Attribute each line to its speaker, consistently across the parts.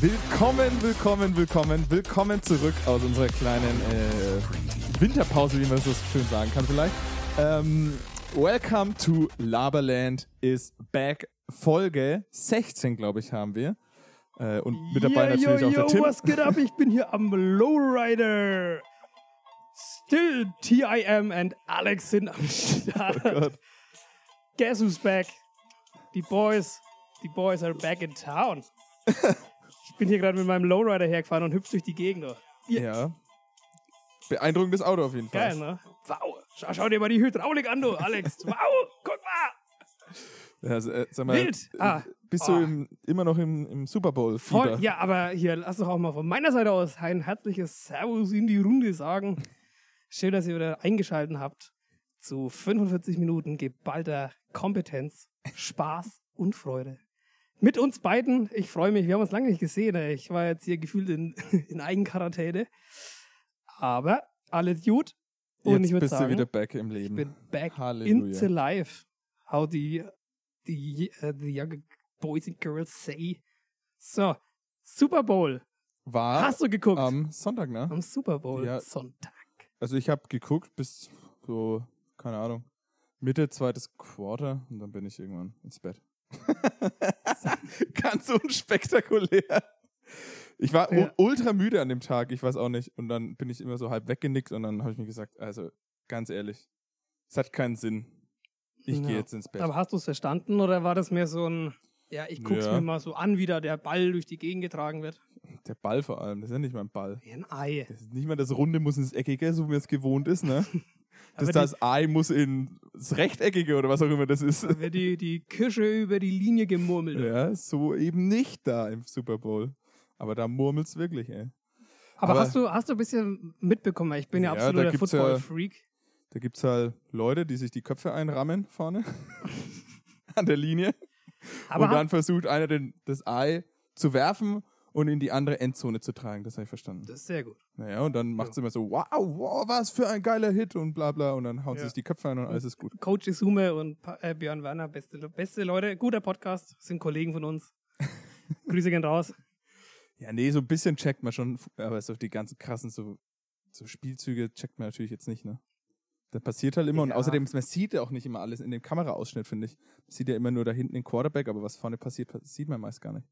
Speaker 1: Willkommen, willkommen, willkommen, willkommen zurück aus unserer kleinen äh, Winterpause, wie man das so schön sagen kann vielleicht. Ähm, welcome to Laberland is back. Folge 16, glaube ich, haben wir. Äh, und mit dabei
Speaker 2: Yo,
Speaker 1: natürlich
Speaker 2: yo,
Speaker 1: auch der
Speaker 2: yo,
Speaker 1: Tim.
Speaker 2: was geht ab? Ich bin hier am Lowrider. Still TIM and Alex sind am Start.
Speaker 1: Oh Gott.
Speaker 2: Guess who's back? Die Boys, die Boys are back in town. ich bin hier gerade mit meinem Lowrider hergefahren und hüpf durch die Gegend. oh.
Speaker 1: Ja. Beeindruckendes Auto auf jeden Fall.
Speaker 2: Geil, ne? Wow. Schau, schau dir mal die Hydraulik an, du, Alex. Wow, guck mal.
Speaker 1: Also, äh, sag mal,
Speaker 2: Wild. Ah.
Speaker 1: Bist
Speaker 2: Oh.
Speaker 1: du im, immer noch im, im Super Bowl?
Speaker 2: Voll, ja, aber hier, lass doch auch mal von meiner Seite aus ein herzliches Servus in die Runde sagen. Schön, dass ihr wieder eingeschaltet habt zu 45 Minuten geballter Kompetenz, Spaß und Freude. Mit uns beiden, ich freue mich, wir haben uns lange nicht gesehen. ey. Ich war jetzt hier gefühlt in, in Eigenquarantäne. Aber alles gut. Und
Speaker 1: Jetzt
Speaker 2: ich würde
Speaker 1: bist
Speaker 2: sagen,
Speaker 1: du wieder back im Leben.
Speaker 2: ich bin back in
Speaker 1: Halleluja.
Speaker 2: the life. How the, the, uh, the young boys and girls say. So, Super Bowl.
Speaker 1: War
Speaker 2: Hast du geguckt?
Speaker 1: Ah, am Sonntag, ne?
Speaker 2: Am Super Bowl
Speaker 1: Ja.
Speaker 2: Sonntag.
Speaker 1: Also ich habe geguckt bis so, keine Ahnung, Mitte, zweites Quarter und dann bin ich irgendwann ins Bett. Ganz unspektakulär. Ich war u-
Speaker 2: Ja.
Speaker 1: ultra müde an dem Tag, ich weiß auch nicht. Und dann bin ich immer so halb weggenickt und dann habe ich mir gesagt, also ganz ehrlich, es hat keinen Sinn. Ich
Speaker 2: Ja.
Speaker 1: gehe jetzt ins Bett.
Speaker 2: Aber hast du es verstanden oder war das mehr so ein, ja, ich guck's
Speaker 1: Ja.
Speaker 2: mir mal so an, wie da der Ball durch die Gegend getragen wird?
Speaker 1: Der Ball vor allem, das ist ja nicht mein Ball.
Speaker 2: Wie ein Ei.
Speaker 1: Das ist nicht mal das Runde muss ins Eckige, so wie es gewohnt ist, ne? Das,
Speaker 2: Aber
Speaker 1: das Ei muss ins Rechteckige oder was auch immer das ist.
Speaker 2: Wird die, die Kirsche über die Linie gemurmelt.
Speaker 1: Ja, so eben nicht da im Super Bowl. Aber da murmelt's wirklich, ey.
Speaker 2: Aber,
Speaker 1: aber-
Speaker 2: hast, du, hast du ein bisschen mitbekommen? weil Ich bin ja,
Speaker 1: Ja, da
Speaker 2: absoluter
Speaker 1: gibt's ja-
Speaker 2: Football-Freak.
Speaker 1: Da gibt's halt Leute, die sich die Köpfe einrammen vorne an der Linie.
Speaker 2: Aber
Speaker 1: und
Speaker 2: ha-
Speaker 1: dann versucht einer den, das Ei zu werfen und in die andere Endzone zu tragen. Das habe ich verstanden.
Speaker 2: das ist sehr gut.
Speaker 1: Naja, und dann macht's immer so, wow, wow, was für ein geiler Hit und bla bla. Und dann hauen
Speaker 2: Ja.
Speaker 1: sich die Köpfe ein und alles ist gut.
Speaker 2: Coach Isume und Pa- äh, Björn Werner, beste, beste Leute, guter Podcast, sind Kollegen von uns. Grüße gehen raus.
Speaker 1: Ja, nee, so ein bisschen checkt man schon, aber so die ganzen krassen so, so Spielzüge checkt man natürlich jetzt nicht, ne? Das passiert halt immer und
Speaker 2: Ja.
Speaker 1: außerdem, man sieht ja auch nicht immer alles in dem Kameraausschnitt, finde ich. Man sieht ja immer nur da hinten den Quarterback, aber was vorne passiert, pass- sieht man meist gar nicht.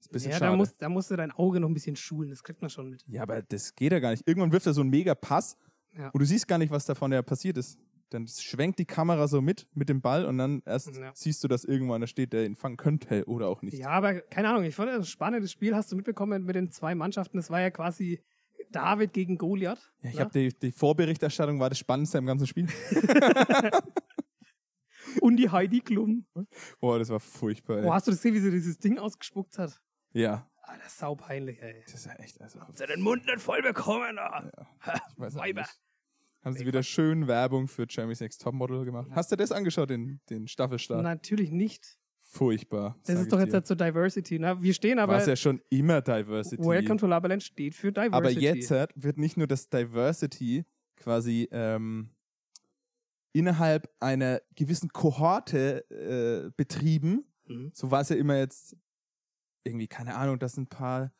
Speaker 1: Ist ein bisschen
Speaker 2: Ja,
Speaker 1: schade.
Speaker 2: da musst, da musst du dein Auge noch ein bisschen schulen, das kriegt man schon mit.
Speaker 1: ja, aber das geht ja gar nicht. Irgendwann wirft er so einen mega Pass
Speaker 2: Ja.
Speaker 1: und du siehst gar nicht, was da vorne ja passiert ist. Dann schwenkt die Kamera so mit, mit dem Ball und dann erst
Speaker 2: Ja.
Speaker 1: siehst du, dass irgendwann da steht, der ihn fangen könnte oder auch nicht.
Speaker 2: Ja, aber keine Ahnung, ich fand das ein spannendes Spiel, hast du mitbekommen mit den zwei Mannschaften, das war ja quasi David gegen Goliath.
Speaker 1: Ja, ich
Speaker 2: ne?
Speaker 1: habe die, die Vorberichterstattung war das Spannendste im ganzen Spiel.
Speaker 2: und die Heidi Klum.
Speaker 1: Boah, das war furchtbar. Ey.
Speaker 2: Oh, hast du das gesehen, wie sie dieses Ding ausgespuckt hat?
Speaker 1: Ja,
Speaker 2: Ah, das ist saupeinlich, ey.
Speaker 1: Das ist ja echt, also.
Speaker 2: Hast du den Mund nicht voll bekommen? ah?
Speaker 1: Ich weiß auch
Speaker 2: Weiber.
Speaker 1: nicht. Haben sie wieder schön Werbung für Jeremy's Next Topmodel gemacht? Hast du das angeschaut, den, den Staffelstart?
Speaker 2: Natürlich nicht.
Speaker 1: Furchtbar.
Speaker 2: Das ist doch jetzt zur Diversity. Ne? Wir stehen
Speaker 1: Aber
Speaker 2: aber.
Speaker 1: war es ja schon immer Diversity.
Speaker 2: Welcome to Labaland steht für Diversity.
Speaker 1: Aber jetzt hat- wird nicht nur das Diversity quasi ähm, innerhalb einer gewissen Kohorte äh, betrieben.
Speaker 2: Mhm.
Speaker 1: So war es ja immer jetzt irgendwie, keine Ahnung, dass ein paar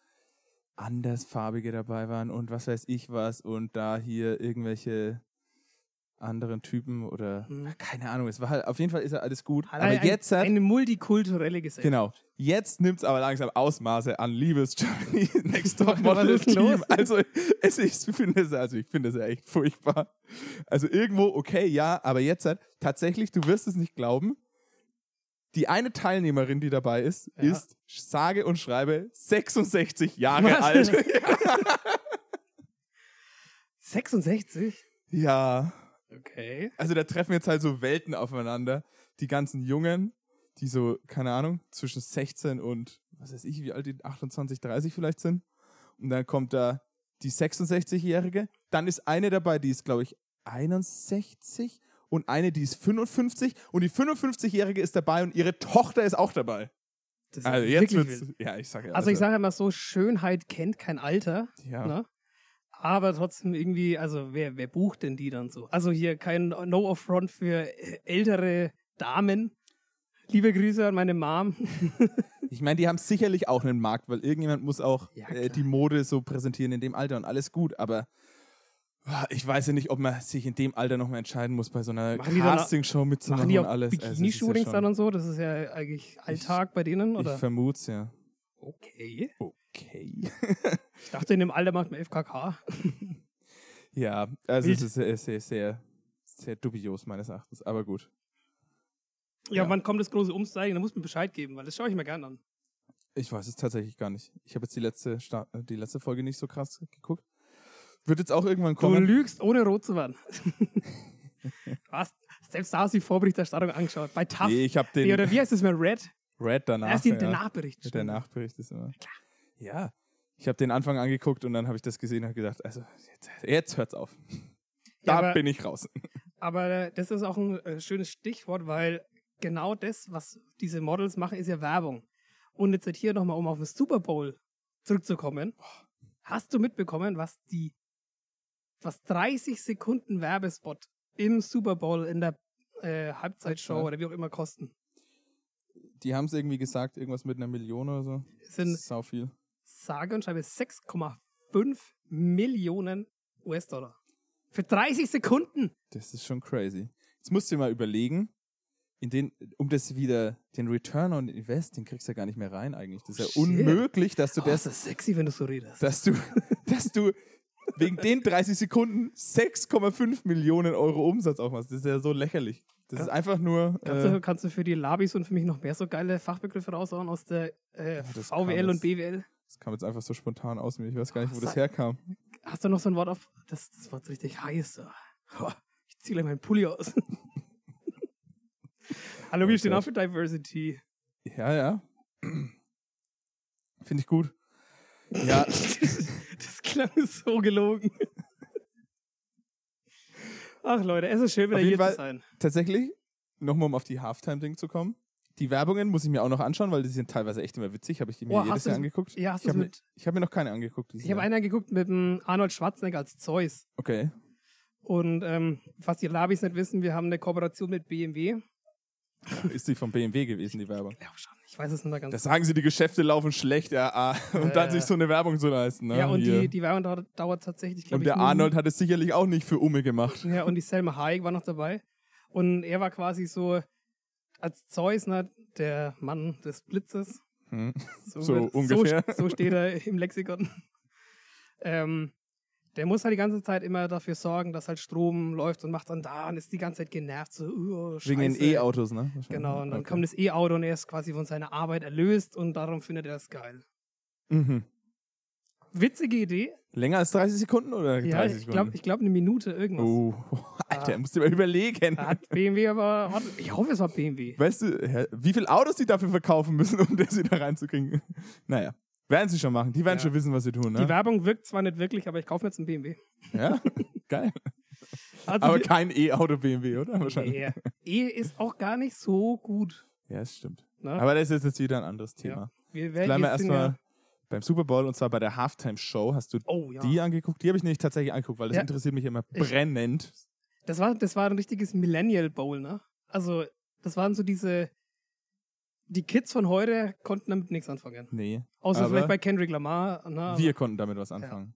Speaker 1: andersfarbige dabei waren und was weiß ich was und da hier irgendwelche anderen Typen oder
Speaker 2: Mhm.
Speaker 1: keine Ahnung, es war halt, auf jeden Fall ist ja alles gut.
Speaker 2: Allein
Speaker 1: aber
Speaker 2: ein,
Speaker 1: jetzt hat,
Speaker 2: eine multikulturelle Gesellschaft.
Speaker 1: Genau. Jetzt nimmt es aber langsam Ausmaße an, liebes Germany Next Top
Speaker 2: Was
Speaker 1: Model
Speaker 2: ist los?
Speaker 1: Team. Also es, ich finde es also ich finde es ja echt furchtbar. Also irgendwo okay, ja, aber jetzt halt, tatsächlich, du wirst es nicht glauben. Die eine Teilnehmerin, die dabei ist,
Speaker 2: Ja.
Speaker 1: ist sage und schreibe 66 Jahre
Speaker 2: Was?
Speaker 1: alt.
Speaker 2: 66?
Speaker 1: ja.
Speaker 2: Okay.
Speaker 1: Also da treffen jetzt halt so Welten aufeinander. Die ganzen Jungen, die so, keine Ahnung, zwischen 16 und, was weiß ich, wie alt die 28, 30 vielleicht sind. Und dann kommt da die 66-Jährige. Dann ist eine dabei, die ist, glaube ich, 61 und eine, die ist 55. Und die 55-Jährige ist dabei und ihre Tochter ist auch dabei.
Speaker 2: Das ist
Speaker 1: Also jetzt
Speaker 2: wirklich
Speaker 1: wird's.
Speaker 2: wild.
Speaker 1: Ja, ich sage ja.
Speaker 2: Also ich sage immer so, Schönheit kennt kein Alter.
Speaker 1: ja.
Speaker 2: Ne? Aber trotzdem irgendwie, also wer, wer bucht denn die dann so? Also hier kein No-Off-Front äh, für ältere Damen. Liebe Grüße an meine Mom.
Speaker 1: Ich meine, die haben sicherlich auch einen Markt, weil irgendjemand muss auch
Speaker 2: Ja,
Speaker 1: äh,
Speaker 2: klar.
Speaker 1: die Mode so präsentieren in dem Alter und alles gut, aber ah, ich weiß ja nicht, ob man sich in dem Alter nochmal entscheiden muss, bei so einer
Speaker 2: Machen die dann-
Speaker 1: Castingshow mitzumachen
Speaker 2: Machen die
Speaker 1: und
Speaker 2: auch
Speaker 1: alles. Also, es ist ja
Speaker 2: Bikini-Shootings
Speaker 1: schon-
Speaker 2: dann und so? Das ist ja eigentlich Alltag bei denen,
Speaker 1: Ich
Speaker 2: oder?
Speaker 1: vermute es ja.
Speaker 2: okay.
Speaker 1: Okay.
Speaker 2: Ich dachte, in dem Alter macht man FKK.
Speaker 1: ja, also
Speaker 2: Wild.
Speaker 1: es ist sehr, sehr, sehr, sehr dubios meines Erachtens, aber gut.
Speaker 2: Ja,
Speaker 1: Ja.
Speaker 2: wann kommt das große Umsteigen? Da muss man Bescheid geben, weil das schaue ich mir gerne an.
Speaker 1: Ich weiß es tatsächlich gar nicht. Ich habe jetzt die letzte, Sta äh, die letzte Folge nicht so krass geguckt. Wird jetzt auch irgendwann
Speaker 2: Du
Speaker 1: kommen.
Speaker 2: lügst, ohne rot zu werden. Was? Selbst da hast du die Vorberichterstattung angeschaut. Bei TAF.
Speaker 1: Nee, ich habe
Speaker 2: Nee, oder
Speaker 1: den
Speaker 2: wie heißt das mit Red?
Speaker 1: Red danach.
Speaker 2: Erst den,
Speaker 1: ja.
Speaker 2: der Nachbericht.
Speaker 1: Der Nachbericht ist immer. Ja. Ich habe den Anfang angeguckt und dann habe ich das gesehen und habe gedacht, also jetzt, jetzt hört's auf.
Speaker 2: Ja,
Speaker 1: Da
Speaker 2: aber-
Speaker 1: bin ich raus.
Speaker 2: Aber das ist auch ein äh, schönes Stichwort, weil genau das, was diese Models machen, ist ja Werbung. Und jetzt hier nochmal, um auf den Super Bowl zurückzukommen. Hast du mitbekommen, was die, was 30 Sekunden Werbespot im Super Bowl in der äh, Halbzeitshow
Speaker 1: Halbzeit.
Speaker 2: oder wie auch immer kosten?
Speaker 1: Die haben es irgendwie gesagt, irgendwas mit einer Million oder so.
Speaker 2: Es
Speaker 1: Das
Speaker 2: sind
Speaker 1: ist sau viel.
Speaker 2: sage und schreibe 6,5 Millionen US-Dollar. Für 30 Sekunden.
Speaker 1: Das ist schon crazy. Jetzt musst du dir mal überlegen, in den, um das wieder, den Return on Invest, den kriegst du ja gar nicht mehr rein eigentlich. Das ist ja
Speaker 2: Shit.
Speaker 1: unmöglich, dass du
Speaker 2: Oh,
Speaker 1: das,
Speaker 2: ist das sexy, wenn du so redest.
Speaker 1: dass du, dass du wegen den 30 Sekunden 6,5 Millionen Euro Umsatz aufmachst. Das ist ja so lächerlich. Das ist einfach nur.
Speaker 2: Kannst,
Speaker 1: äh,
Speaker 2: du, kannst du für die Labis und für mich noch mehr so geile Fachbegriffe raushauen aus der äh,
Speaker 1: das
Speaker 2: VWL
Speaker 1: kann
Speaker 2: und
Speaker 1: es.
Speaker 2: BWL?
Speaker 1: Das kam jetzt einfach so spontan aus mir. Ich weiß gar nicht, wo das
Speaker 2: Sa-
Speaker 1: herkam.
Speaker 2: Hast du noch so ein Wort auf? Das, das Wort ist richtig heiß. so. Boah, Ich ziehe gleich meinen Pulli aus. Hallo, wir
Speaker 1: Oh
Speaker 2: stehen
Speaker 1: Gott.
Speaker 2: auch für Diversity.
Speaker 1: Ja, ja. Finde ich gut. Ja,
Speaker 2: das klang so gelogen. Ach Leute, es ist schön, wieder
Speaker 1: Auf jeden
Speaker 2: hier
Speaker 1: Fall-
Speaker 2: zu sein.
Speaker 1: tatsächlich, nochmal um auf die Halftime-Ding zu kommen. Die Werbungen muss ich mir auch noch anschauen, weil die sind teilweise echt immer witzig. Habe ich die mir
Speaker 2: Oh, hast
Speaker 1: jedes
Speaker 2: du
Speaker 1: Jahr
Speaker 2: das-
Speaker 1: angeguckt.
Speaker 2: ja, hast
Speaker 1: ich
Speaker 2: du das
Speaker 1: habe mir,
Speaker 2: mit-
Speaker 1: ich hab mir noch keine angeguckt. dieses
Speaker 2: Ich habe
Speaker 1: Jahr.
Speaker 2: einer geguckt mit dem Arnold Schwarzenegger als Zeus.
Speaker 1: Okay.
Speaker 2: Und ähm, was die Labis nicht wissen, wir haben eine Kooperation mit BMW.
Speaker 1: Ist die vom BMW gewesen, die Werbung.
Speaker 2: Ich glaub schon, ich weiß es nicht mehr ganz.
Speaker 1: Da sagen sie, die Geschäfte laufen schlecht, ja, ah, und dann
Speaker 2: Äh.
Speaker 1: sich so eine Werbung zu leisten. Ne?
Speaker 2: ja, und
Speaker 1: Hier.
Speaker 2: die, die Werbung dauert, dauert tatsächlich, glaube
Speaker 1: und
Speaker 2: ich.
Speaker 1: der
Speaker 2: nur-
Speaker 1: Arnold hat es sicherlich auch nicht für Umme gemacht.
Speaker 2: Ja, und die Selma Hayek war noch dabei. Und er war quasi so als Zeus, ne, der Mann des Blitzes.
Speaker 1: Hm. So
Speaker 2: wird-
Speaker 1: ungefähr.
Speaker 2: So, so steht er im Lexikon. Ähm, der muss halt die ganze Zeit immer dafür sorgen, dass halt Strom läuft und macht dann da und ist die ganze Zeit genervt. So, oh,
Speaker 1: Wegen den
Speaker 2: scheiße.
Speaker 1: E-Autos, ne? Wahrscheinlich.
Speaker 2: Genau, und dann
Speaker 1: Okay.
Speaker 2: kommt das E-Auto und er ist quasi von seiner Arbeit erlöst und darum findet er es geil.
Speaker 1: Mhm.
Speaker 2: Witzige Idee.
Speaker 1: Länger als 30 Sekunden oder 30
Speaker 2: Ja, ich
Speaker 1: Sekunden?
Speaker 2: glaube, ich glaub eine Minute irgendwas.
Speaker 1: Oh, Alter,
Speaker 2: Ah.
Speaker 1: musst du mal überlegen.
Speaker 2: Da hat BMW aber ordentlich. Ich hoffe, es war BMW.
Speaker 1: Weißt du, hä, wie viele Autos die dafür verkaufen müssen, um das wieder reinzukriegen? Naja, werden sie schon machen. Die werden
Speaker 2: Ja.
Speaker 1: schon wissen, was sie tun,
Speaker 2: Die
Speaker 1: ne?
Speaker 2: Werbung wirkt zwar nicht wirklich, aber ich kaufe mir jetzt einen BMW.
Speaker 1: Ja, geil.
Speaker 2: Also
Speaker 1: Aber
Speaker 2: die-
Speaker 1: kein E-Auto BMW, oder? Wahrscheinlich.
Speaker 2: nee, E ist auch gar nicht so gut.
Speaker 1: Ja, das stimmt.
Speaker 2: Ne?
Speaker 1: Aber das ist jetzt wieder ein anderes Thema.
Speaker 2: wir
Speaker 1: Bleiben wir
Speaker 2: wir sind
Speaker 1: erstmal
Speaker 2: ja-
Speaker 1: beim Super Bowl und zwar bei der Halftime-Show. Hast du
Speaker 2: Oh ja.
Speaker 1: die angeguckt? Die habe ich nämlich tatsächlich angeguckt, weil das
Speaker 2: Ja.
Speaker 1: interessiert mich immer
Speaker 2: Ich-
Speaker 1: brennend.
Speaker 2: Das, war, das war ein richtiges Millennial Bowl, ne? Also, das waren so diese. Die Kids von heute konnten damit nichts anfangen.
Speaker 1: Nee,
Speaker 2: Außer
Speaker 1: Aber
Speaker 2: vielleicht bei Kendrick Lamar. Ne? aber
Speaker 1: wir konnten damit was anfangen.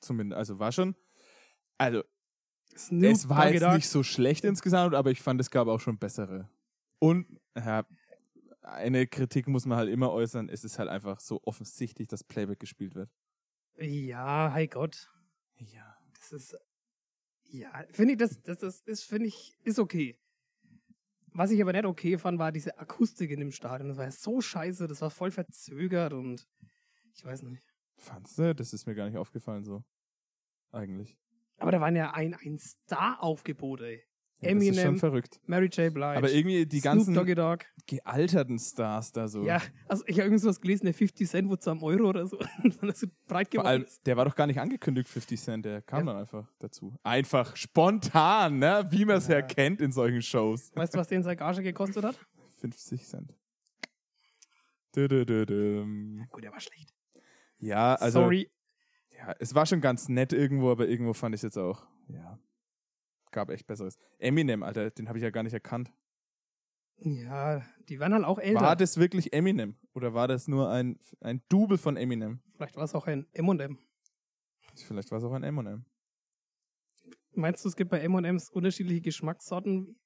Speaker 1: Zumindest, also war schon. Also,
Speaker 2: Snoop
Speaker 1: es war
Speaker 2: Doggy
Speaker 1: jetzt
Speaker 2: Dogg.
Speaker 1: nicht so schlecht insgesamt, aber ich fand, es gab auch schon bessere. Und ja, eine Kritik muss man halt immer äußern. Es ist halt einfach so offensichtlich, dass Playback gespielt wird.
Speaker 2: Ja, hi Gott.
Speaker 1: Ja.
Speaker 2: Das ist. Ja, finde ich, das, das, das ist, finde ich, ist okay. Was ich aber nicht okay fand, war diese Akustik in dem Stadion. Das war ja so scheiße, das war voll verzögert und ich weiß nicht.
Speaker 1: Fandst du? Das ist mir gar nicht aufgefallen so. Eigentlich.
Speaker 2: Aber da waren ja ein, ein Star-Aufgebot, ey.
Speaker 1: Ja, Das ist schon
Speaker 2: Eminem.
Speaker 1: verrückt.
Speaker 2: Mary J. Blige.
Speaker 1: Aber irgendwie die
Speaker 2: Snoop
Speaker 1: ganzen
Speaker 2: Doggy Dog.
Speaker 1: gealterten Stars da so.
Speaker 2: Ja, also ich habe irgendwas was gelesen, der 50 Cent wurde zu einem Euro oder so, weil das so breit
Speaker 1: Vor
Speaker 2: geworden
Speaker 1: allem,
Speaker 2: ist.
Speaker 1: der war doch gar nicht angekündigt, 50 Cent, der kam
Speaker 2: genau. Ja.
Speaker 1: dann einfach dazu. Einfach spontan, ne? Wie man es ja.
Speaker 2: Ja.
Speaker 1: kennt in solchen Shows.
Speaker 2: Weißt du, was den seine Gage gekostet hat?
Speaker 1: 50 Cent. Dö, dö, dö, dö.
Speaker 2: Gut, der war schlecht.
Speaker 1: Ja, also
Speaker 2: Sorry.
Speaker 1: Ja, es war schon ganz nett irgendwo, aber irgendwo fand ich es jetzt auch. Ja. Gab echt Besseres. Eminem, Alter, den habe ich ja gar nicht erkannt.
Speaker 2: Ja, die waren halt auch älter.
Speaker 1: War das wirklich Eminem? Oder war das nur ein, ein Double von Eminem?
Speaker 2: Vielleicht war es auch ein M&M.
Speaker 1: Vielleicht war es auch ein Eminem.
Speaker 2: Meinst du, es gibt bei M&M's unterschiedliche Geschmackssorten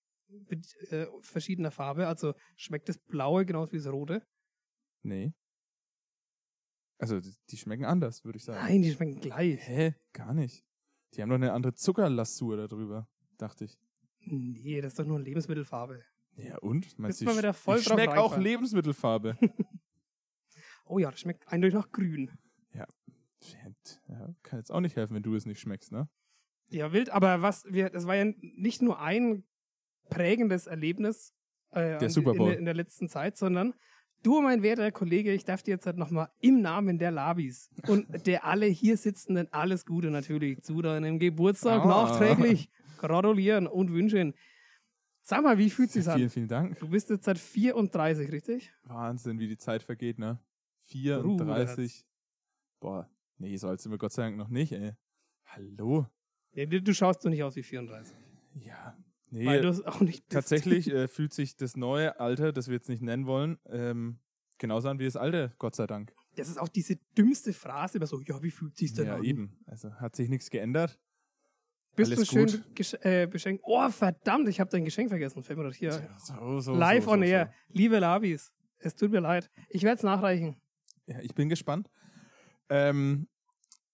Speaker 2: mit äh, verschiedener Farbe? Also schmeckt das Blaue genauso wie das Rote?
Speaker 1: Nee. Also, die, die schmecken anders, würde ich sagen.
Speaker 2: Nein, die schmecken gleich.
Speaker 1: Hä? Gar nicht. Die haben doch eine andere Zuckerlassur da drüber, dachte ich.
Speaker 2: Nee, das ist doch nur Lebensmittelfarbe.
Speaker 1: Ja, und?
Speaker 2: Bist
Speaker 1: du,
Speaker 2: mal
Speaker 1: ich-
Speaker 2: wieder voll
Speaker 1: ich
Speaker 2: drauf
Speaker 1: schmeck auch
Speaker 2: reingefallen.
Speaker 1: Lebensmittelfarbe.
Speaker 2: Oh ja, das schmeckt eindeutig nach Grün.
Speaker 1: Shit. ja, kann jetzt auch nicht helfen, wenn du es nicht schmeckst, ne?
Speaker 2: Ja, wild, aber was, wir, das war ja nicht nur ein prägendes Erlebnis äh, an-
Speaker 1: Super
Speaker 2: In,
Speaker 1: Bowl.
Speaker 2: der- in der letzten Zeit, sondern du, mein werter Kollege, ich darf dir jetzt halt nochmal im Namen der Labis und der alle hier Sitzenden alles Gute natürlich zu deinem Geburtstag
Speaker 1: Ah.
Speaker 2: nachträglich gratulieren und wünschen. Sag mal, wie fühlt sich
Speaker 1: Vielen,
Speaker 2: an?
Speaker 1: vielen Dank.
Speaker 2: Du bist jetzt seit 34, richtig?
Speaker 1: Wahnsinn, wie die Zeit vergeht, ne?
Speaker 2: Bruder.
Speaker 1: 34. Boah, nee, so alt sind wir Gott sei Dank noch nicht, ey. Hallo?
Speaker 2: Ja, du, du schaust doch nicht aus wie 34.
Speaker 1: Ja. Nee,
Speaker 2: Weil du es auch nicht bist.
Speaker 1: tatsächlich äh, fühlt sich das neue Alter, das wir jetzt nicht nennen wollen, ähm, genauso an wie das alte, Gott sei Dank.
Speaker 2: Das ist auch diese dümmste Phrase über so, ja, wie fühlt sich's denn
Speaker 1: Ja,
Speaker 2: an?
Speaker 1: eben. Also hat sich nichts geändert.
Speaker 2: Bist
Speaker 1: Alles
Speaker 2: du schön
Speaker 1: gut.
Speaker 2: gesch- äh, beschenkt? Oh, verdammt, ich habe dein Geschenk vergessen. Fällt mir doch hier.
Speaker 1: So, so,
Speaker 2: Live
Speaker 1: so,
Speaker 2: on
Speaker 1: so,
Speaker 2: air. Liebe Labis, es tut mir leid. Ich werde es nachreichen.
Speaker 1: So. Ja, ich bin gespannt. Ähm,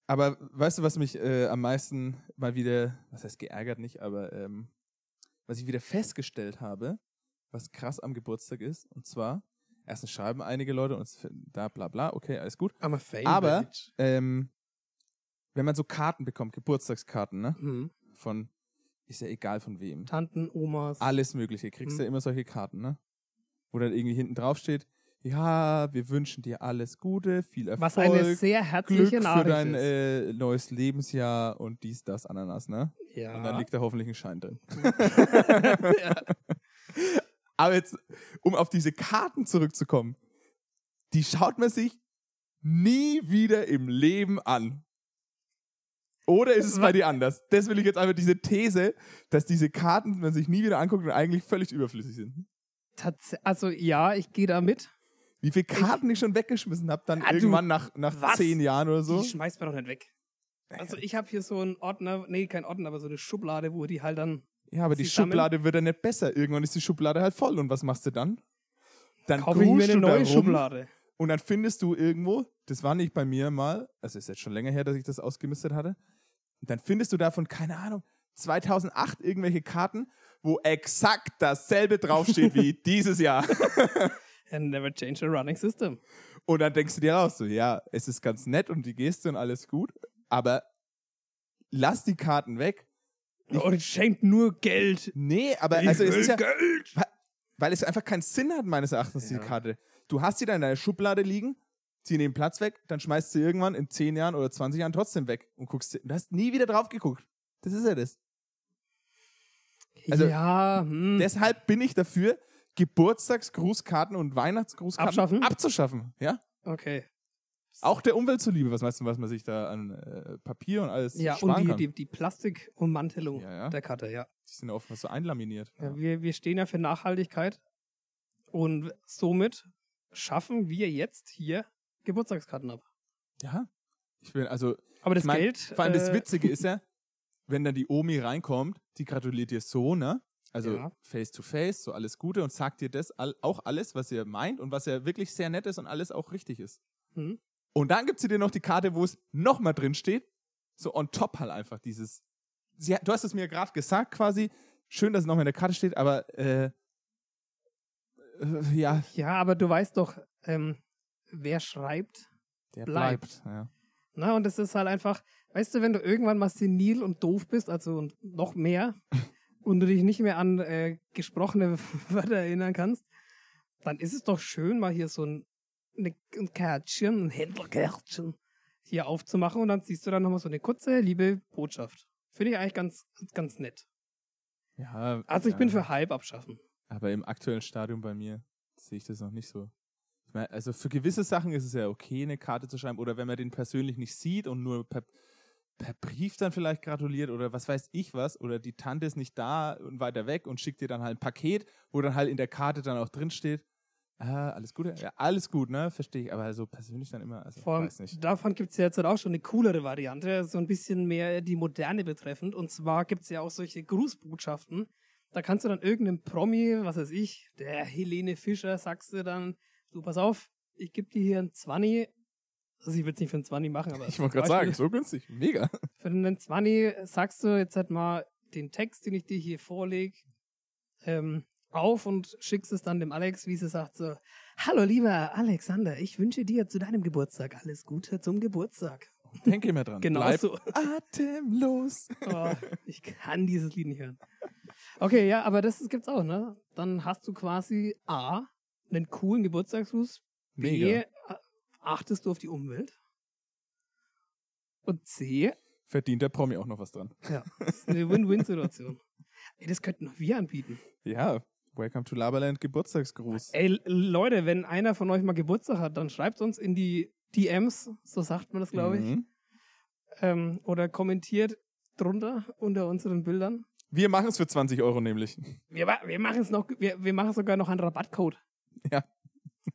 Speaker 1: aber weißt du, was mich äh, am meisten mal wieder, was heißt geärgert nicht, aber ähm, was ich wieder festgestellt habe, was krass am Geburtstag ist, und zwar, erstens schreiben einige Leute und es- da bla bla, okay, alles gut.
Speaker 2: I'm a favorite.
Speaker 1: Aber- Ähm, wenn man so Karten bekommt, Geburtstagskarten, ne?
Speaker 2: Mhm.
Speaker 1: Von, ist ja egal von wem.
Speaker 2: Tanten, Omas.
Speaker 1: alles Mögliche. Kriegst
Speaker 2: Mhm.
Speaker 1: ja immer solche Karten, ne? Wo dann irgendwie hinten drauf steht, ja, wir wünschen dir alles Gute, viel Erfolg,
Speaker 2: was eine sehr
Speaker 1: Glück
Speaker 2: herzliche
Speaker 1: für
Speaker 2: Nachricht
Speaker 1: dein
Speaker 2: ist.
Speaker 1: äh, neues Lebensjahr und dies, das, Ananas, ne?
Speaker 2: ja.
Speaker 1: Und dann liegt da hoffentlich ein Schein drin.
Speaker 2: ja.
Speaker 1: Aber jetzt, um auf diese Karten zurückzukommen, die schaut man sich nie wieder im Leben an. Oder ist es bei dir anders? Das will ich jetzt einfach diese These, dass diese Karten man sich nie wieder anguckt und eigentlich völlig überflüssig sind.
Speaker 2: Tats- also ja, ich gehe da mit.
Speaker 1: Wie viele Karten ich schon weggeschmissen habe, dann
Speaker 2: Ah, du,
Speaker 1: irgendwann nach, nach
Speaker 2: was?
Speaker 1: zehn Jahren oder so.
Speaker 2: Die schmeißt man doch nicht weg. Also ich habe hier so einen Ordner, nee, kein Ordner, aber so eine Schublade, wo die halt dann
Speaker 1: Ja, aber die
Speaker 2: sie sammeln.
Speaker 1: Schublade wird dann nicht besser. Irgendwann ist die Schublade halt voll. Und was machst du dann? Dann
Speaker 2: kaufe ich mir
Speaker 1: grübelst
Speaker 2: eine
Speaker 1: du da
Speaker 2: neue
Speaker 1: rum
Speaker 2: Schublade.
Speaker 1: Und dann findest du irgendwo, das war nicht bei mir mal, also ist jetzt schon länger her, dass ich das ausgemistet hatte. Und dann findest du davon, keine Ahnung, 2008 irgendwelche Karten, wo exakt dasselbe draufsteht wie dieses Jahr.
Speaker 2: And never change a running system.
Speaker 1: Und dann denkst du dir auch so, ja, es ist ganz nett und die Geste und alles gut, aber lass die Karten weg.
Speaker 2: Und oh, schenkt nur Geld.
Speaker 1: Nee, aber
Speaker 2: Ich
Speaker 1: also es
Speaker 2: will
Speaker 1: ist ja,
Speaker 2: Geld.
Speaker 1: weil es einfach keinen Sinn hat, meines Erachtens,
Speaker 2: Ja.
Speaker 1: diese Karte. Du hast sie da in deiner Schublade liegen, sie nehmen Platz weg, dann schmeißt sie irgendwann in 10 Jahren oder 20 Jahren trotzdem weg und guckst sie- du hast nie wieder drauf geguckt. Das ist ja das. Also,
Speaker 2: ja, hm.
Speaker 1: Deshalb bin ich dafür, Geburtstagsgrußkarten und Weihnachtsgrußkarten
Speaker 2: Abschaffen?
Speaker 1: abzuschaffen. Ja?
Speaker 2: okay.
Speaker 1: Auch der Umwelt zuliebe, was meinst du, was man sich da an äh, Papier und alles
Speaker 2: Ja,
Speaker 1: sparen
Speaker 2: und die,
Speaker 1: kann?
Speaker 2: die, die Plastikummantelung
Speaker 1: Ja, ja.
Speaker 2: der Karte, ja.
Speaker 1: Die sind ja oftmals so einlaminiert.
Speaker 2: ja wir, wir stehen ja für Nachhaltigkeit und somit schaffen wir jetzt hier Geburtstagskarten ab.
Speaker 1: Ja. Ich bin, also,
Speaker 2: Aber das
Speaker 1: ich mein,
Speaker 2: Geld.
Speaker 1: vor allem das
Speaker 2: äh,
Speaker 1: Witzige ist ja, wenn dann die Omi reinkommt, die gratuliert dir so, ne? Also
Speaker 2: Ja.
Speaker 1: face to face, so alles Gute und sagt dir das all, auch alles, was ihr meint und was ja wirklich sehr nett ist und alles auch richtig ist.
Speaker 2: hm,
Speaker 1: Und dann gibt sie dir noch die Karte, wo es nochmal drin steht. So on top halt einfach dieses. Sie, hat- du hast es mir gerade gesagt quasi. Schön, dass es nochmal in der Karte steht, aber äh, äh, ja,
Speaker 2: Ja, aber du weißt doch, ähm, wer schreibt.
Speaker 1: der bleibt.
Speaker 2: Bleibt.
Speaker 1: Ja.
Speaker 2: Na, und das ist halt einfach, weißt du, wenn du irgendwann mal senil und doof bist, also und noch mehr, und du dich nicht mehr an äh, gesprochene Wörter erinnern kannst, dann ist es doch schön, mal hier so ein, eine, ein Kärtchen, ein Händlerkärtchen hier aufzumachen und dann siehst du dann nochmal so eine kurze, liebe Botschaft. Finde ich eigentlich ganz, ganz nett.
Speaker 1: Ja,
Speaker 2: Also ich
Speaker 1: ja.
Speaker 2: bin für halb abschaffen.
Speaker 1: Aber im aktuellen Stadium bei mir sehe ich das noch nicht so. Ich meine, also für gewisse Sachen ist es ja okay, eine Karte zu schreiben. Oder wenn man den persönlich nicht sieht und nur per, per Brief dann vielleicht gratuliert oder was weiß ich was. Oder die Tante ist nicht da und weiter weg und schickt dir dann halt ein Paket, wo dann halt in der Karte dann auch drin steht, Ah, alles Gute? Ja, alles gut, ne? Verstehe ich. Aber so persönlich dann immer, also
Speaker 2: Vor allem,
Speaker 1: weiß nicht.
Speaker 2: davon gibt es ja jetzt auch schon eine coolere Variante, so ein bisschen mehr die moderne betreffend. Und zwar gibt es ja auch solche Grußbotschaften. Da kannst du dann irgendeinem Promi, was weiß ich, der Helene Fischer, sagst du dann, du, pass auf, ich gebe dir hier ein 20. Also ich will es nicht für ein 20 machen, aber.
Speaker 1: Ich
Speaker 2: zum
Speaker 1: wollte gerade sagen,
Speaker 2: Beispiel
Speaker 1: so günstig. Mega.
Speaker 2: Für einen 20 äh, sagst du jetzt halt mal den Text, den ich dir hier vorlege, ähm, auf und schickst es dann dem Alex, wie sie sagt so, Hallo lieber Alexander, ich wünsche dir zu deinem Geburtstag alles Gute zum Geburtstag.
Speaker 1: Denke immer dran.
Speaker 2: Genau
Speaker 1: Bleib
Speaker 2: so.
Speaker 1: atemlos.
Speaker 2: Oh, ich kann dieses Lied nicht hören. Okay, ja, aber das gibt's auch, ne? Dann hast du quasi A, einen coolen Geburtstagsgruß, B,
Speaker 1: Mega.
Speaker 2: achtest du auf die Umwelt und C,
Speaker 1: Verdient der Promi auch noch was dran.
Speaker 2: ja, das ist eine Win-Win-Situation. Ey, das könnten noch wir anbieten.
Speaker 1: Ja, Welcome to Laberland Geburtstagsgruß.
Speaker 2: Ey, L- Leute, wenn einer von euch mal Geburtstag hat, dann schreibt uns in die DMs, so sagt man das, glaube ich,
Speaker 1: Mhm.
Speaker 2: ähm, oder kommentiert drunter unter unseren Bildern.
Speaker 1: Wir machen es für 20 Euro nämlich.
Speaker 2: Wir, ma- wir machen es noch, wir, wir machen sogar noch einen Rabattcode.
Speaker 1: Ja.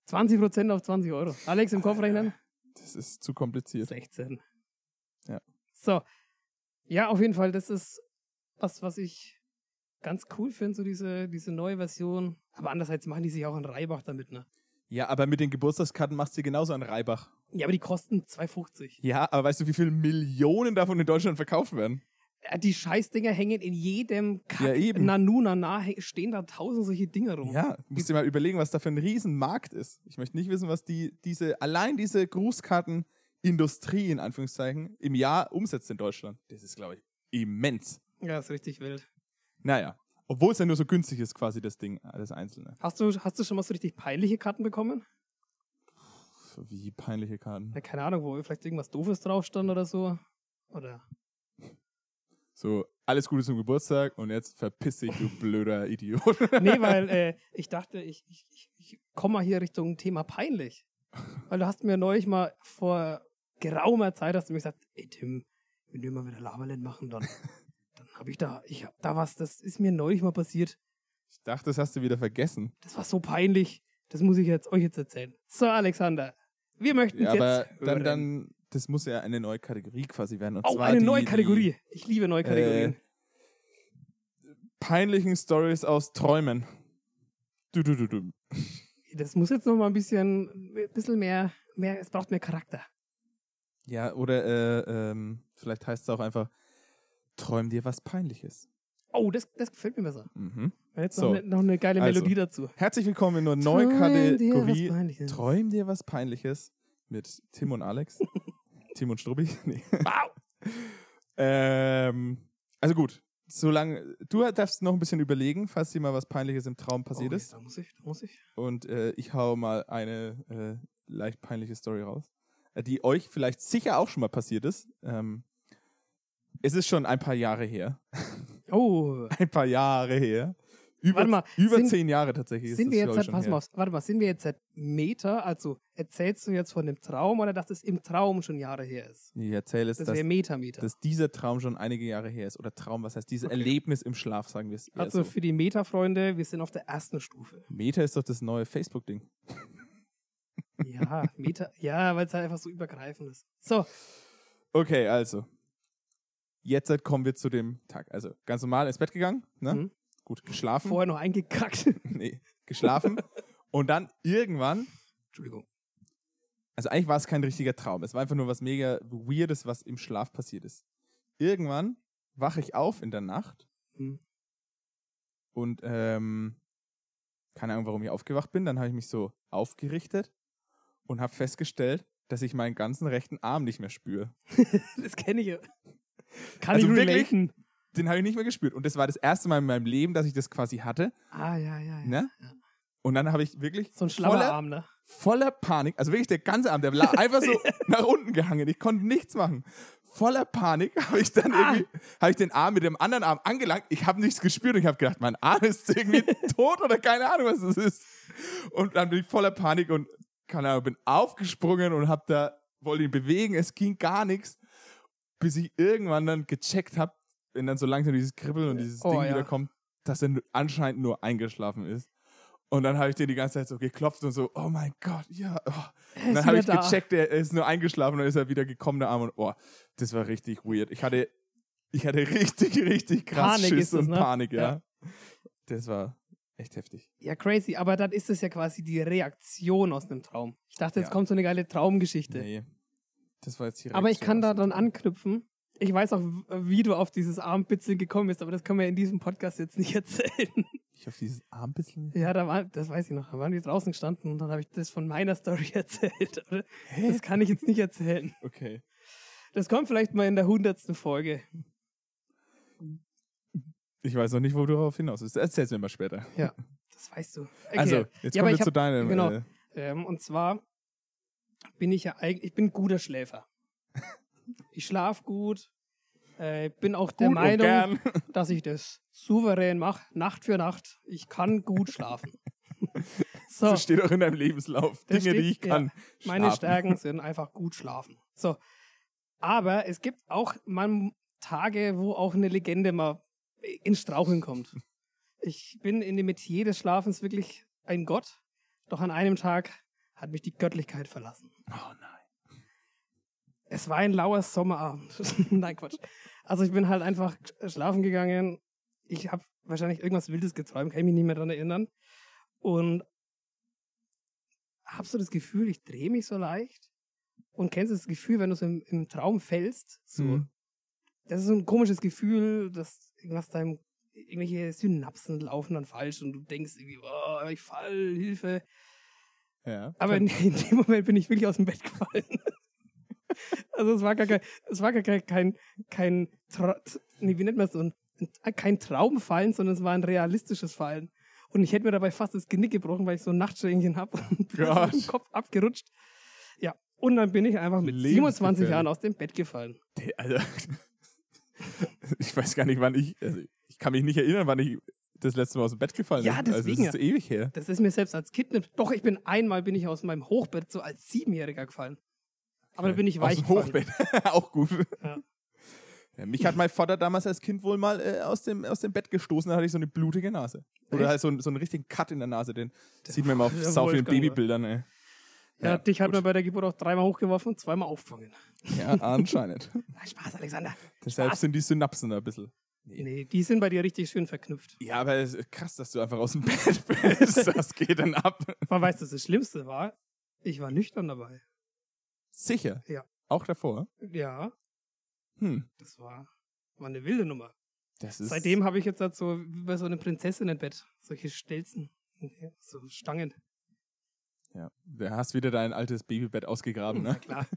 Speaker 2: 20% auf 20 Euro. Alex im Kopf rechnen?
Speaker 1: Das ist zu kompliziert.
Speaker 2: 16.
Speaker 1: Ja.
Speaker 2: So. Ja, auf jeden Fall, das ist was, was ich ganz cool finde, so diese, diese neue Version. Aber andererseits machen die sich auch in Reibach damit, ne?
Speaker 1: Ja, aber mit den Geburtstagskarten machst du genauso an Reibach.
Speaker 2: Ja, aber die kosten 2,50.
Speaker 1: Ja, aber weißt du, wie viele Millionen davon in Deutschland verkauft werden?
Speaker 2: Ja, Äh, Die Scheißdinger hängen in jedem Kack.
Speaker 1: Ja, eben.
Speaker 2: Nanu, Nana, hä- stehen da tausend solche Dinger rum.
Speaker 1: Ja, musst dir mal überlegen, was da für ein Riesenmarkt ist. Ich möchte nicht wissen, was die, diese, allein diese Grußkartenindustrie, in Anführungszeichen, im Jahr umsetzt in Deutschland. Das ist, glaube ich, immens.
Speaker 2: ja ist richtig wild.
Speaker 1: Naja, obwohl es ja nur so günstig ist, quasi das Ding, das Einzelne.
Speaker 2: Hast du, hast du schon mal so richtig peinliche Karten bekommen?
Speaker 1: So Wie peinliche Karten.
Speaker 2: Na, keine Ahnung, wo vielleicht irgendwas Doofes drauf stand oder so. Oder.
Speaker 1: So, alles Gute zum Geburtstag und jetzt verpiss dich, du blöder Idiot.
Speaker 2: Nee, weil äh, ich dachte, ich, ich, ich- ich komme mal hier Richtung Thema peinlich. Weil du hast mir neulich mal vor geraumer Zeit hast du mir gesagt, ey Tim, wenn wir mal wieder Laberland machen, dann, dann habe ich da, ich habe da was, das ist mir neulich mal passiert.
Speaker 1: Ich dachte, das hast du wieder vergessen.
Speaker 2: Das war so peinlich. Das muss ich jetzt euch jetzt erzählen. So, Alexander, wir möchten
Speaker 1: Ja, aber
Speaker 2: jetzt.
Speaker 1: dann,
Speaker 2: hören.
Speaker 1: dann, das muss ja eine neue Kategorie quasi werden. Und
Speaker 2: oh,
Speaker 1: zwar
Speaker 2: eine
Speaker 1: die, Äh.
Speaker 2: neue
Speaker 1: die
Speaker 2: Kategorie. Ich liebe neue Kategorien.
Speaker 1: Peinlichen Stories aus Träumen. Du, du, du, du.
Speaker 2: Das muss jetzt noch mal ein bisschen, ein bisschen mehr, mehr, es braucht mehr Charakter.
Speaker 1: Ja, oder äh, ähm, vielleicht heißt es auch einfach, träum dir was Peinliches.
Speaker 2: Oh, das, das gefällt mir besser.
Speaker 1: Mhm.
Speaker 2: Jetzt
Speaker 1: So.
Speaker 2: noch, eine, noch eine geile
Speaker 1: Also.
Speaker 2: Melodie dazu.
Speaker 1: Herzlich willkommen in einer neuen
Speaker 2: Träum dir was
Speaker 1: Kategorie.
Speaker 2: Peinliches.
Speaker 1: Träum dir was Peinliches mit Tim und Alex. Tim und Struppi. Nee.
Speaker 2: Wow.
Speaker 1: Ähm, also gut, solange du darfst noch ein bisschen überlegen, falls dir mal was Peinliches im Traum passiert
Speaker 2: Okay,
Speaker 1: ist.
Speaker 2: Oh, Da muss ich, da muss ich.
Speaker 1: Und äh, ich hau mal eine äh, leicht peinliche Story raus, äh, die euch vielleicht sicher auch schon mal passiert ist. Ähm, es ist schon ein paar Jahre her.
Speaker 2: Oh.
Speaker 1: Ein paar Jahre her. Über,
Speaker 2: Warte mal,
Speaker 1: über
Speaker 2: sind-
Speaker 1: zehn Jahre tatsächlich.
Speaker 2: Sind
Speaker 1: ist
Speaker 2: wir
Speaker 1: das, glaub ich,
Speaker 2: jetzt, seit,
Speaker 1: schon
Speaker 2: pass
Speaker 1: her.
Speaker 2: mal auf, warte mal, sind wir jetzt seit Meter, also erzählst du jetzt von dem Traum oder dass es im Traum schon Jahre her ist?
Speaker 1: Ich erzähle es,
Speaker 2: Das
Speaker 1: dass,
Speaker 2: wäre Meter, Meter.
Speaker 1: dass dieser Traum schon einige Jahre her ist. Oder Traum, was heißt dieses
Speaker 2: Okay.
Speaker 1: Erlebnis im Schlaf, sagen wir es. eher
Speaker 2: Also
Speaker 1: so.
Speaker 2: für die Meta-Freunde, wir sind auf der ersten Stufe.
Speaker 1: Meta ist doch das neue Facebook-Ding.
Speaker 2: Ja, Meta, ja, weil es halt einfach so übergreifend ist. So,
Speaker 1: Okay, also. Jetzt halt kommen wir zu dem Tag. Also ganz normal ins Bett gegangen, ne?
Speaker 2: Mhm.
Speaker 1: Gut geschlafen.
Speaker 2: vorher noch eingekackt.
Speaker 1: nee, geschlafen. und dann irgendwann,
Speaker 2: Entschuldigung.
Speaker 1: also eigentlich war es kein richtiger Traum, es war einfach nur was mega Weirdes, was im Schlaf passiert ist. Irgendwann wache ich auf in der Nacht
Speaker 2: Hm.
Speaker 1: und ähm, keine Ahnung, warum ich aufgewacht bin. Dann habe ich mich so aufgerichtet und habe festgestellt, dass ich meinen ganzen rechten Arm nicht mehr spüre.
Speaker 2: Das kenne ich ja. Kann
Speaker 1: Also
Speaker 2: ich
Speaker 1: wirklich?
Speaker 2: relaten.
Speaker 1: Den habe ich nicht mehr gespürt. Und das war das erste Mal in meinem Leben, dass ich das quasi hatte.
Speaker 2: Ah, ja, ja, ja.
Speaker 1: Ne? Und dann habe ich wirklich
Speaker 2: So
Speaker 1: voller-
Speaker 2: ein Schlammerarm, ne?
Speaker 1: voller Panik, also wirklich der ganze Abend, der lag einfach so nach unten gehangen. Ich konnte nichts machen. Voller Panik habe ich dann
Speaker 2: Ah.
Speaker 1: irgendwie, habe ich den Arm mit dem anderen Arm angelangt. Ich habe nichts gespürt und ich habe gedacht, mein Arm ist irgendwie tot oder keine Ahnung, was es ist. Und dann bin ich voller Panik und keine Ahnung, bin aufgesprungen und habe da, wollte ihn bewegen, es ging gar nichts, bis ich irgendwann dann gecheckt habe, wenn dann so langsam dieses Kribbeln und dieses
Speaker 2: Oh,
Speaker 1: Ding
Speaker 2: ja.
Speaker 1: wieder kommt, dass er nu- anscheinend nur eingeschlafen ist. Und dann habe ich den die ganze Zeit so geklopft und so, oh mein Gott, ja. Oh.
Speaker 2: Er
Speaker 1: Und
Speaker 2: ist
Speaker 1: dann habe
Speaker 2: wieder
Speaker 1: ich
Speaker 2: da.
Speaker 1: gecheckt, er ist nur eingeschlafen und dann ist er wieder gekommen, der Arm und oh, das war richtig weird. Ich hatte, ich hatte richtig, richtig krass
Speaker 2: Panik
Speaker 1: Schiss
Speaker 2: ist das,
Speaker 1: und
Speaker 2: ne?
Speaker 1: Panik, ja.
Speaker 2: Ja.
Speaker 1: Das war echt heftig.
Speaker 2: Ja, crazy, aber dann ist es ja quasi die Reaktion aus einem Traum. Ich dachte, jetzt
Speaker 1: Ja.
Speaker 2: kommt so eine geile Traumgeschichte.
Speaker 1: Nee. Das war jetzt die
Speaker 2: aber ich
Speaker 1: Reaktion
Speaker 2: kann da
Speaker 1: aus dem
Speaker 2: dann
Speaker 1: Traum.
Speaker 2: anknüpfen. Ich weiß auch, wie du auf dieses Armbitzeln gekommen bist, aber das können wir in diesem Podcast jetzt nicht erzählen.
Speaker 1: Ich auf dieses Armbitzeln.
Speaker 2: Ja, da war, das weiß ich noch, da waren wir draußen gestanden und dann habe ich das von meiner Story erzählt. Oder?
Speaker 1: Hä?
Speaker 2: Das kann ich jetzt nicht erzählen.
Speaker 1: Okay.
Speaker 2: Das kommt vielleicht mal in der hundertsten Folge.
Speaker 1: Ich weiß noch nicht, wo du darauf hinaus bist. Erzähl's mir mal später.
Speaker 2: Das weißt du. Okay.
Speaker 1: Also, jetzt
Speaker 2: Ja, aber
Speaker 1: kommen wir
Speaker 2: ich
Speaker 1: zu
Speaker 2: hab-
Speaker 1: deinem.
Speaker 2: genau.
Speaker 1: Äh,
Speaker 2: Ähm, und zwar bin ich ja eigentlich, ich bin ein guter Schläfer. Ich schlafe gut. Äh, bin auch der
Speaker 1: gut und
Speaker 2: Meinung,
Speaker 1: gern.
Speaker 2: dass ich das souverän mache, Nacht für Nacht. Ich kann gut schlafen. so,
Speaker 1: Das steht auch in deinem Lebenslauf. Dinge,
Speaker 2: Das
Speaker 1: die ich
Speaker 2: steht- ja.
Speaker 1: kann.
Speaker 2: meine
Speaker 1: Schlafen.
Speaker 2: Stärken sind einfach gut schlafen. So, aber es gibt auch mal Tage, wo auch eine Legende mal äh, ins Straucheln kommt. Ich bin in dem Metier des Schlafens wirklich ein Gott, doch an einem Tag hat mich die Göttlichkeit verlassen.
Speaker 1: Oh nein.
Speaker 2: Es war ein lauer Sommerabend. Nein, Quatsch. Also ich bin halt einfach schlafen gegangen. Ich habe wahrscheinlich irgendwas Wildes geträumt, kann ich mich nicht mehr daran erinnern. Und habe so das Gefühl, ich drehe mich so leicht. Und kennst du das Gefühl, wenn du so im, im Traum fällst? So,
Speaker 1: Mhm.
Speaker 2: Das ist so ein komisches Gefühl, dass irgendwas deinem, irgendwelche Synapsen laufen dann falsch und du denkst irgendwie, oh, ich fall, Hilfe.
Speaker 1: Ja.
Speaker 2: Aber in, in dem Moment bin ich wirklich aus dem Bett gefallen. also es war gar kein, es war gar kein, kein, kein Tra nee, wie nennt man das so? Ein, ein- kein Traumfallen, sondern es war ein realistisches Fallen. Und ich hätte mir dabei fast das Genick gebrochen, weil ich so ein Nachtschränkchen habe und bin so
Speaker 1: Gott.
Speaker 2: mit dem Kopf abgerutscht. Ja, und dann bin ich einfach mit 27
Speaker 1: Lebensgefährlich.
Speaker 2: Jahren aus dem Bett gefallen.
Speaker 1: Der- Also, ich weiß gar nicht, wann ich. Also, ich kann mich nicht erinnern, wann ich das letzte Mal aus dem Bett gefallen
Speaker 2: Ja,
Speaker 1: bin.
Speaker 2: deswegen
Speaker 1: Also, das ist ewig her.
Speaker 2: Das ist mir selbst als Kind nicht. Doch, ich bin einmal bin ich aus meinem Hochbett so als Siebenjähriger gefallen. Aber da bin ich weich
Speaker 1: Äh, Aus dem
Speaker 2: gefallen.
Speaker 1: Hochbett. Auch gut.
Speaker 2: Ja.
Speaker 1: Ja, mich hat mein Vater damals als Kind wohl mal äh, aus, dem, aus dem Bett gestoßen, da hatte ich so eine blutige Nase. Oder
Speaker 2: Echt?
Speaker 1: halt so, einen- so einen richtigen Cut in der Nase, den sieht man immer auf
Speaker 2: der
Speaker 1: sau vielen
Speaker 2: Wolfgang, oder?
Speaker 1: Babybildern, ey.
Speaker 2: Ja,
Speaker 1: Ja,
Speaker 2: dich hat
Speaker 1: gut.
Speaker 2: man bei der Geburt auch dreimal hochgeworfen und zweimal aufgefangen.
Speaker 1: Ja, anscheinend.
Speaker 2: Nein, Spaß, Alexander.
Speaker 1: Deshalb
Speaker 2: Spaß.
Speaker 1: sind die Synapsen da ein bisschen.
Speaker 2: Nee, die sind bei dir richtig schön verknüpft.
Speaker 1: Ja, aber es ist krass, dass du einfach aus dem Bett bist. Das geht dann ab.
Speaker 2: Aber weißt du, was das Schlimmste war? Ich war nüchtern dabei.
Speaker 1: Sicher.
Speaker 2: Ja.
Speaker 1: Auch davor.
Speaker 2: Ja,
Speaker 1: Hm.
Speaker 2: das war, war eine wilde Nummer.
Speaker 1: Das ist
Speaker 2: Seitdem habe ich jetzt halt so wie bei so einem Prinzessinnenbett solche Stelzen, so Stangen.
Speaker 1: Ja, da hast wieder dein altes Babybett ausgegraben,
Speaker 2: Na
Speaker 1: ne?
Speaker 2: klar.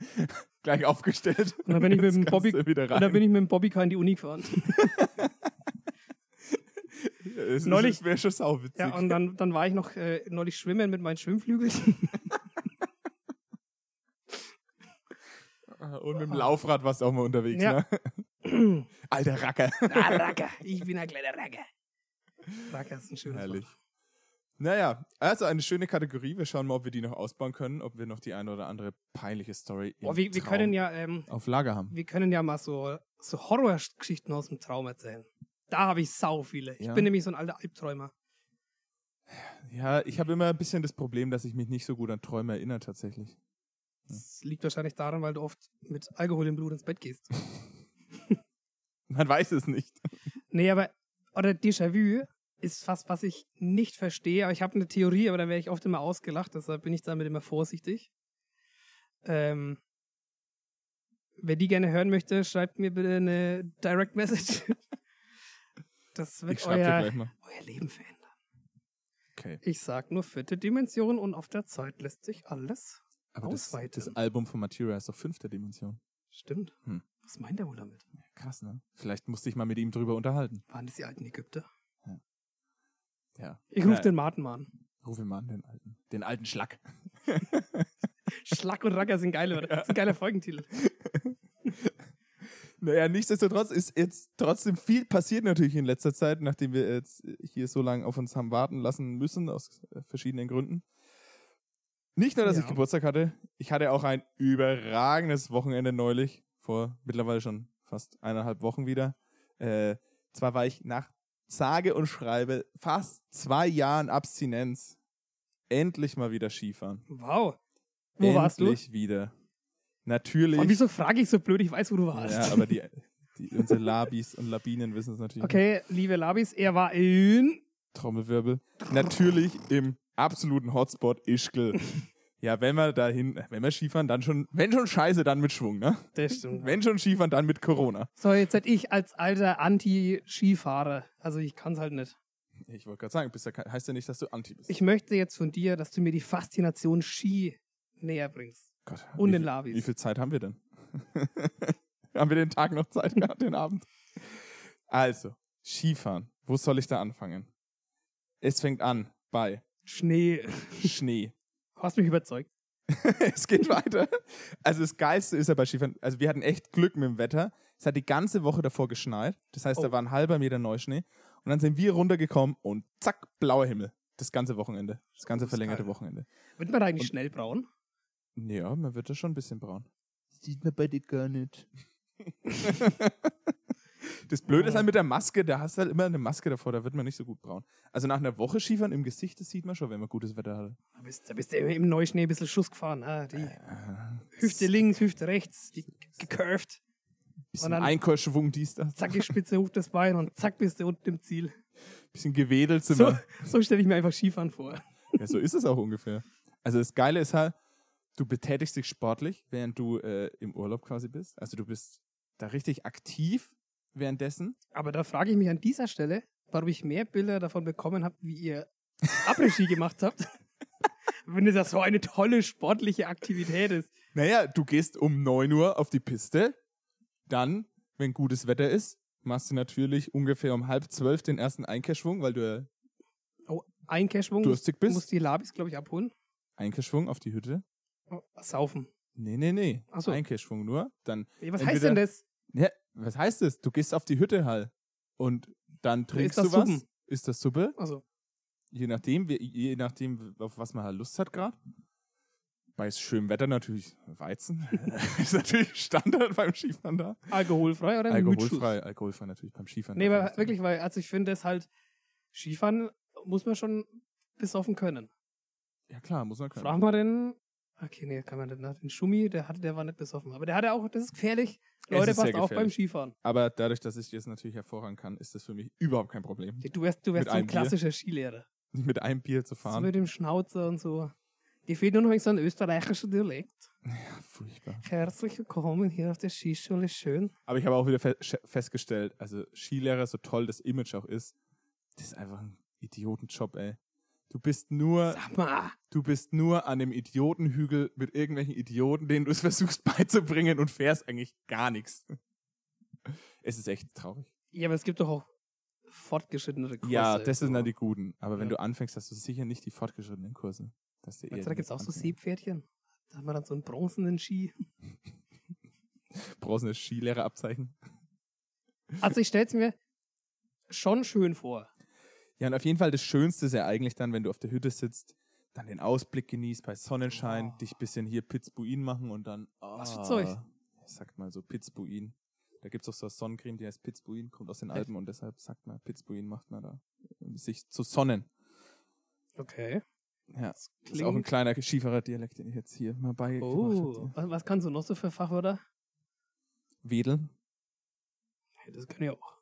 Speaker 1: Gleich aufgestellt.
Speaker 2: Hm. Und dann bin ich mit
Speaker 1: Jetzt
Speaker 2: dem
Speaker 1: kannst
Speaker 2: Bobby-
Speaker 1: du wieder rein.
Speaker 2: Und da bin ich mit dem Bobbycar in die Uni gefahren.
Speaker 1: ich
Speaker 2: neulich-
Speaker 1: wäre schon sauwitzig.
Speaker 2: Ja, und dann, dann war ich noch äh, neulich schwimmen mit meinen Schwimmflügeln.
Speaker 1: Ah, und mit dem Laufrad warst du auch mal unterwegs,
Speaker 2: Ja.
Speaker 1: ne? Alter Racker.
Speaker 2: ah, Racker. Ich bin ein kleiner Racker. Racker ist ein schönes
Speaker 1: Herrlich.
Speaker 2: Wort.
Speaker 1: Naja, also eine schöne Kategorie. Wir schauen mal, ob wir die noch ausbauen können, ob wir noch die eine oder andere peinliche Story im
Speaker 2: Boah, wir, wir
Speaker 1: Traum
Speaker 2: können ja ähm,
Speaker 1: auf Lager haben.
Speaker 2: wir können ja mal so, so Horrorgeschichten aus dem Traum erzählen. Da habe ich sau viele. Ich
Speaker 1: Ja.
Speaker 2: bin nämlich so ein alter Albträumer.
Speaker 1: Ja, ich habe immer ein bisschen das Problem, dass ich mich nicht so gut an Träume erinnere tatsächlich.
Speaker 2: Das liegt wahrscheinlich daran, weil du oft mit Alkohol im Blut ins Bett gehst.
Speaker 1: Man weiß es nicht.
Speaker 2: nee, aber, oder Déjà-vu ist was, was ich nicht verstehe. Aber ich habe eine Theorie, aber da werde ich oft immer ausgelacht. Deshalb bin ich damit immer vorsichtig. Ähm, wer die gerne hören möchte, schreibt mir bitte eine Direct Message. das
Speaker 1: Ich
Speaker 2: wird
Speaker 1: schreibe dir
Speaker 2: euer,
Speaker 1: gleich mal.
Speaker 2: euer Leben verändern.
Speaker 1: Okay.
Speaker 2: Ich sag nur vierte Dimension und auf der Zeit lässt sich alles.
Speaker 1: Aber das,
Speaker 2: Ausweiten.
Speaker 1: das Album von Materia ist doch fünfte Dimension.
Speaker 2: Stimmt.
Speaker 1: Hm.
Speaker 2: Was meint er wohl damit?
Speaker 1: Krass, ne? Vielleicht musste ich mal mit ihm drüber unterhalten.
Speaker 2: Waren das die alten Ägypter?
Speaker 1: Ja.
Speaker 2: Ich rufe
Speaker 1: Na,
Speaker 2: den Martin mal an.
Speaker 1: Ruf ihn mal an, den alten. Den alten Schlack.
Speaker 2: Schlag und Racker sind geile, oder? Das ist ein geiler Folgentitel.
Speaker 1: Naja, nichtsdestotrotz ist jetzt trotzdem viel passiert natürlich in letzter Zeit, nachdem wir jetzt hier so lange auf uns haben warten lassen müssen, aus äh, verschiedenen Gründen. Nicht nur, dass
Speaker 2: Ja.
Speaker 1: ich Geburtstag hatte, ich hatte auch ein überragendes Wochenende neulich, vor mittlerweile schon fast eineinhalb Wochen wieder. Äh, zwar war ich nach sage und schreibe fast zwei Jahren Abstinenz endlich mal wieder Skifahren.
Speaker 2: Wow. Wo
Speaker 1: endlich
Speaker 2: warst du?
Speaker 1: wieder. Natürlich.
Speaker 2: Und wieso frage ich so blöd? Ich weiß, wo du warst.
Speaker 1: ja, aber die, die, unsere Labis und Labinen wissen es natürlich. nicht.
Speaker 2: Okay, liebe Labis, er war in.
Speaker 1: Trommelwirbel. Natürlich im absoluten Hotspot Ischgl. Ja, wenn wir dahin, wenn wir Skifahren, dann schon, wenn schon Scheiße, dann mit Schwung, ne?
Speaker 2: Das stimmt.
Speaker 1: Wenn schon Skifahren, dann mit Corona.
Speaker 2: So, jetzt seid ich als alter Anti-Skifahrer. Also ich kann es halt nicht.
Speaker 1: Ich wollte gerade sagen, bist ja, kein- heißt ja nicht, dass du Anti bist.
Speaker 2: Ich möchte jetzt von dir, dass du mir die Faszination Ski näher bringst.
Speaker 1: Gott,
Speaker 2: Und
Speaker 1: wie
Speaker 2: den
Speaker 1: viel-
Speaker 2: Labis.
Speaker 1: Wie viel Zeit haben wir denn? haben wir den Tag noch Zeit gehabt, den Abend? Also, Skifahren. Wo soll ich da anfangen? Es fängt an bei
Speaker 2: Schnee.
Speaker 1: Schnee.
Speaker 2: Du hast mich überzeugt.
Speaker 1: es geht weiter. Also das Geilste ist ja bei Skifahren, also wir hatten echt Glück mit dem Wetter. Es hat die ganze Woche davor geschneit. Das heißt,
Speaker 2: Oh.
Speaker 1: da war ein halber Meter Neuschnee. Und dann sind wir runtergekommen und zack, blauer Himmel. Das ganze Wochenende. Das ganze
Speaker 2: Das ist
Speaker 1: verlängerte
Speaker 2: geil.
Speaker 1: Wochenende.
Speaker 2: Wird man da eigentlich
Speaker 1: Und-
Speaker 2: schnell braun?
Speaker 1: Ja, man wird da schon ein bisschen braun. Sieht man bei dir gar nicht. das Blöde ist halt mit der Maske, da hast du halt immer eine Maske davor, da wird man nicht so gut braun. Also nach einer Woche Skifahren im Gesicht, das sieht man schon, wenn man gutes Wetter hat.
Speaker 2: Da bist, da bist du im Neuschnee ein bisschen Schuss gefahren. Ah,
Speaker 1: Äh,
Speaker 2: die Hüfte links, Hüfte rechts, die gecurved.
Speaker 1: Bisschen
Speaker 2: Und dann-
Speaker 1: Einkehrschwung, dies, das.
Speaker 2: Zack, die Spitze hoch das Bein und zack, bist du unten im Ziel.
Speaker 1: Bisschen gewedelt sind
Speaker 2: So,
Speaker 1: wir.
Speaker 2: so stelle ich mir einfach Skifahren vor.
Speaker 1: Ja, so ist es auch ungefähr. Also das Geile ist halt, du betätigst dich sportlich, während du äh, im Urlaub quasi bist. Also du bist da richtig aktiv währenddessen.
Speaker 2: Aber da frage ich mich an dieser Stelle, warum ich mehr Bilder davon bekommen habe, wie ihr Après-Ski gemacht habt. Wenn das ja so eine tolle sportliche Aktivität ist.
Speaker 1: Naja, du gehst um 9 Uhr auf die Piste, dann, wenn gutes Wetter ist, machst du natürlich ungefähr um halb zwölf den ersten Einkehrschwung, weil du ja
Speaker 2: Oh, Einkehrschwung.
Speaker 1: durstig
Speaker 2: Du musst
Speaker 1: bist.
Speaker 2: die Labis, glaube ich, abholen.
Speaker 1: Einkehrschwung auf die Hütte.
Speaker 2: Oh, saufen.
Speaker 1: Nee, nee, nee.
Speaker 2: Ach so.
Speaker 1: Einkehrschwung nur. Dann,
Speaker 2: Ey, was
Speaker 1: Entweder
Speaker 2: heißt denn das?
Speaker 1: ja, was heißt es? Du gehst auf die Hütte halt und dann trinkst
Speaker 2: isst
Speaker 1: du
Speaker 2: das
Speaker 1: was.
Speaker 2: Suppen.
Speaker 1: Ist das Suppe?
Speaker 2: Also,
Speaker 1: Je nachdem, wie- je nachdem, auf was man halt Lust hat gerade. Bei schönem Wetter natürlich Weizen. ist natürlich Standard beim Skifahren da.
Speaker 2: alkoholfrei oder mit Schuss?
Speaker 1: Alkoholfrei, alkoholfrei natürlich beim Skifahren.
Speaker 2: Nee,
Speaker 1: darf man
Speaker 2: aber
Speaker 1: nicht trinken.
Speaker 2: wirklich, weil, also ich finde es halt, Skifahren muss man schon besoffen können.
Speaker 1: Ja klar, muss man können.
Speaker 2: Frag mal den, okay, nee, kann man nicht, ne? den Schumi, der, hatte, der war nicht besoffen. Aber der hatte auch, das ist gefährlich.
Speaker 1: Es
Speaker 2: Leute,
Speaker 1: ist sehr
Speaker 2: passt auf
Speaker 1: gefährlich.
Speaker 2: beim Skifahren.
Speaker 1: Aber dadurch, dass ich das natürlich hervorragen kann, ist das für mich überhaupt kein Problem.
Speaker 2: Du wärst, du wärst
Speaker 1: Mit
Speaker 2: so ein
Speaker 1: einem Bier.
Speaker 2: klassischer Skilehrer.
Speaker 1: Mit einem Bier zu
Speaker 2: So
Speaker 1: fahren.
Speaker 2: mit dem Schnauzer und so. Dir fehlt nur noch so ein österreichischer Dialekt.
Speaker 1: Ja, furchtbar.
Speaker 2: Herzlich willkommen hier auf der Skischule, schön.
Speaker 1: Aber ich habe auch wieder fe sch- festgestellt, also Skilehrer, so toll das Image auch ist, das ist einfach ein Idiotenjob, ey. Du bist nur,
Speaker 2: Sag mal,
Speaker 1: du bist nur an einem Idiotenhügel mit irgendwelchen Idioten, denen du es versuchst beizubringen und fährst eigentlich gar nichts. Es ist echt traurig.
Speaker 2: ja, aber es gibt doch auch fortgeschrittene Kurse.
Speaker 1: ja, das sind
Speaker 2: so.
Speaker 1: dann die guten. Aber wenn
Speaker 2: Ja.
Speaker 1: du anfängst, hast du sicher nicht die fortgeschrittenen Kurse. Dass du eher
Speaker 2: Meinst du, da
Speaker 1: die
Speaker 2: gibt es auch so
Speaker 1: Anfänger-
Speaker 2: Seepferdchen? Da hat man dann so einen bronzenen Ski.
Speaker 1: Bronzenes Skilehrerabzeichen.
Speaker 2: Also ich stell's mir schon schön vor.
Speaker 1: Ja, und auf jeden Fall das Schönste ist ja eigentlich dann, wenn du auf der Hütte sitzt, dann den Ausblick genießt bei Sonnenschein,
Speaker 2: Oh.
Speaker 1: dich ein bisschen hier Pitzbuin machen und dann.
Speaker 2: Was für
Speaker 1: ah,
Speaker 2: Zeug?
Speaker 1: Sagt mal so Pitzbuin. Da gibt es auch so eine Sonnencreme, die heißt Pitzbuin, kommt aus den
Speaker 2: Echt?
Speaker 1: Alpen und deshalb sagt man, Pitzbuin macht man da. Um sich zu sonnen.
Speaker 2: Okay.
Speaker 1: Ja.
Speaker 2: Das
Speaker 1: Das ist auch ein
Speaker 2: klingt.
Speaker 1: kleiner schieferer Dialekt, den ich jetzt hier mal beigebracht
Speaker 2: Oh,
Speaker 1: habe.
Speaker 2: was, was kannst du noch so für Fachwörter?
Speaker 1: Wedeln.
Speaker 2: Hey, das kann ich auch.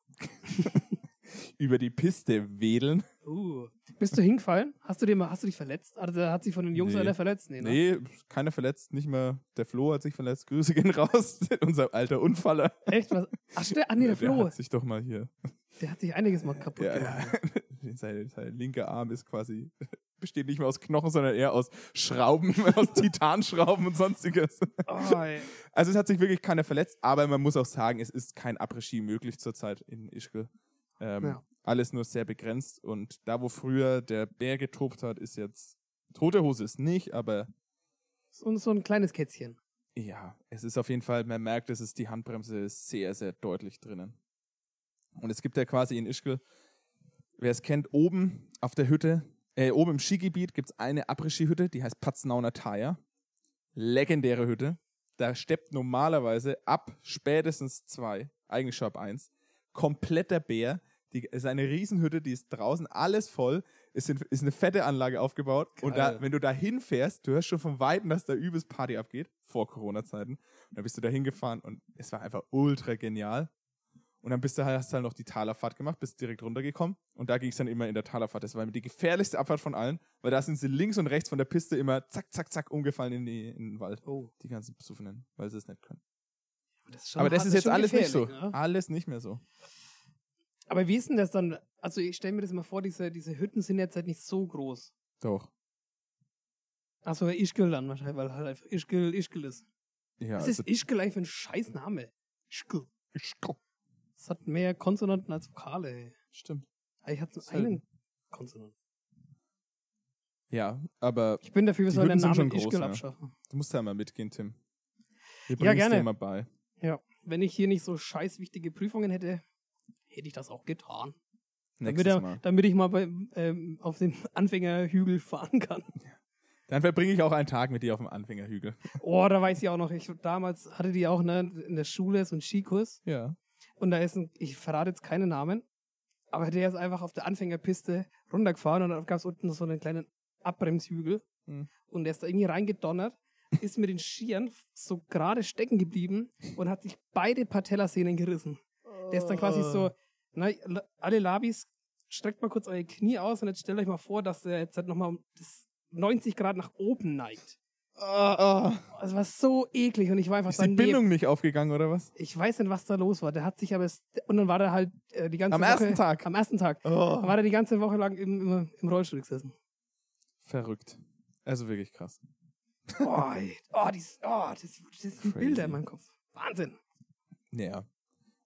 Speaker 1: Über die Piste wedeln.
Speaker 2: Uh. Bist du hingefallen? Hast du, dir mal, hast du dich verletzt? Also hat sich von den Jungs
Speaker 1: Nee.
Speaker 2: einer verletzt? Nee, ne?
Speaker 1: Nee, keiner verletzt, nicht mal der Flo hat sich verletzt. Grüße gehen raus, unser alter Unfaller.
Speaker 2: Echt? Was? Ach, schnell. Ach nee, der Flo.
Speaker 1: hat sich doch mal hier.
Speaker 2: der hat sich einiges mal kaputt
Speaker 1: Ja,
Speaker 2: gemacht.
Speaker 1: ja. Sein, sein linker Arm ist quasi, besteht nicht mehr aus Knochen, sondern eher aus Schrauben, aus Titanschrauben und sonstiges.
Speaker 2: Oh, ey.
Speaker 1: Also es hat sich wirklich keiner verletzt, aber man muss auch sagen, es ist kein Après-Ski möglich zurzeit in Ischgl. Ähm,
Speaker 2: Ja.
Speaker 1: Alles nur sehr begrenzt und da, wo früher der Bär getobt hat, ist jetzt, tote Hose ist nicht, aber
Speaker 2: So, so ein kleines Kätzchen.
Speaker 1: ja, es ist auf jeden Fall, man merkt, es ist die Handbremse ist sehr, sehr deutlich drinnen. Und es gibt ja quasi in Ischgl, wer es kennt, oben auf der Hütte, äh, oben im Skigebiet gibt es eine Après-Ski-Hütte, die heißt Patznauner Taya. Legendäre Hütte. Da steppt normalerweise ab spätestens zwei, eigentlich schon ab eins, kompletter Bär, Die es ist eine Riesenhütte, die ist draußen alles voll. Es sind, ist eine fette Anlage aufgebaut. Und da,
Speaker 2: Geil.
Speaker 1: wenn du da hinfährst, du hörst schon von Weitem, dass da übelst Party abgeht, vor Corona-Zeiten. Und dann bist du da hingefahren und es war einfach ultra genial. Und dann bist du halt, hast halt noch die Talerfahrt gemacht, bist direkt runtergekommen. Und da ging es dann immer in der Talerfahrt. Das war immer die gefährlichste Abfahrt von allen, weil da sind sie links und rechts von der Piste immer zack, zack, zack umgefallen in, die, in den Wald.
Speaker 2: Oh,
Speaker 1: Die ganzen Besoffenen, weil sie es nicht können.
Speaker 2: das ist schon
Speaker 1: Aber das
Speaker 2: hart,
Speaker 1: ist jetzt
Speaker 2: schon
Speaker 1: alles nicht so.
Speaker 2: gefährlich, ne?
Speaker 1: Alles nicht mehr so.
Speaker 2: Aber wie ist denn das dann? Also ich stelle mir das mal vor, diese, diese Hütten sind jetzt halt nicht so groß.
Speaker 1: Doch.
Speaker 2: Achso, Ischgl dann wahrscheinlich, weil halt einfach Ischgl Ischgl ist.
Speaker 1: Ja,
Speaker 2: Was
Speaker 1: also,
Speaker 2: ist Ischgl eigentlich für ein scheiß Name? Ischgl. Es hat mehr Konsonanten als Vokale. ey.
Speaker 1: stimmt.
Speaker 2: Eigentlich hat es
Speaker 1: Selten.
Speaker 2: einen Konsonant.
Speaker 1: Ja, aber
Speaker 2: Ich bin dafür, wir
Speaker 1: Die
Speaker 2: sollen den
Speaker 1: Hütten sind
Speaker 2: Namen
Speaker 1: schon groß,
Speaker 2: Ischgl
Speaker 1: ja.
Speaker 2: abschaffen.
Speaker 1: du musst da mal mitgehen, Tim. Wir
Speaker 2: Ja,
Speaker 1: bringen's
Speaker 2: gerne.
Speaker 1: dir mal bei.
Speaker 2: Wenn ich hier nicht so scheiß wichtige Prüfungen hätte, hätte ich das auch getan. Damit,
Speaker 1: Nächstes
Speaker 2: er,
Speaker 1: Mal.
Speaker 2: damit ich mal bei, ähm, auf dem Anfängerhügel fahren kann.
Speaker 1: Dann verbringe ich auch einen Tag mit dir auf dem Anfängerhügel.
Speaker 2: Oh, da weiß ich auch noch. Ich, damals hatte die auch ne, in der Schule so einen Skikurs.
Speaker 1: Ja.
Speaker 2: Und da ist ein, ich verrate jetzt keine Namen, aber der ist einfach auf der Anfängerpiste runtergefahren und dann gab es unten so einen kleinen Abbremshügel.
Speaker 1: Hm.
Speaker 2: Und der ist da irgendwie reingedonnert, ist mit den Skiern so gerade stecken geblieben und hat sich beide Patellasehnen gerissen. Der ist dann quasi so, na, l- alle Labis, streckt mal kurz euer Knie aus und jetzt stellt euch mal vor, dass er jetzt halt nochmal das 90 Grad nach oben neigt. Oh,
Speaker 1: Ah, ah.
Speaker 2: Es war so eklig und ich war einfach
Speaker 1: Ist die Bindung nicht aufgegangen, oder was?
Speaker 2: ich weiß nicht, was da los war. Der hat sich aber. Und dann war der halt äh, die ganze
Speaker 1: Am
Speaker 2: Woche.
Speaker 1: ersten Tag?
Speaker 2: Am ersten Tag. Dann
Speaker 1: Oh.
Speaker 2: war der die ganze Woche lang im, im, im Rollstuhl gesessen.
Speaker 1: Verrückt. Also wirklich krass.
Speaker 2: Oh, ey. oh, dies, oh das, das sind
Speaker 1: Crazy.
Speaker 2: Bilder in meinem Kopf. Wahnsinn.
Speaker 1: Naja.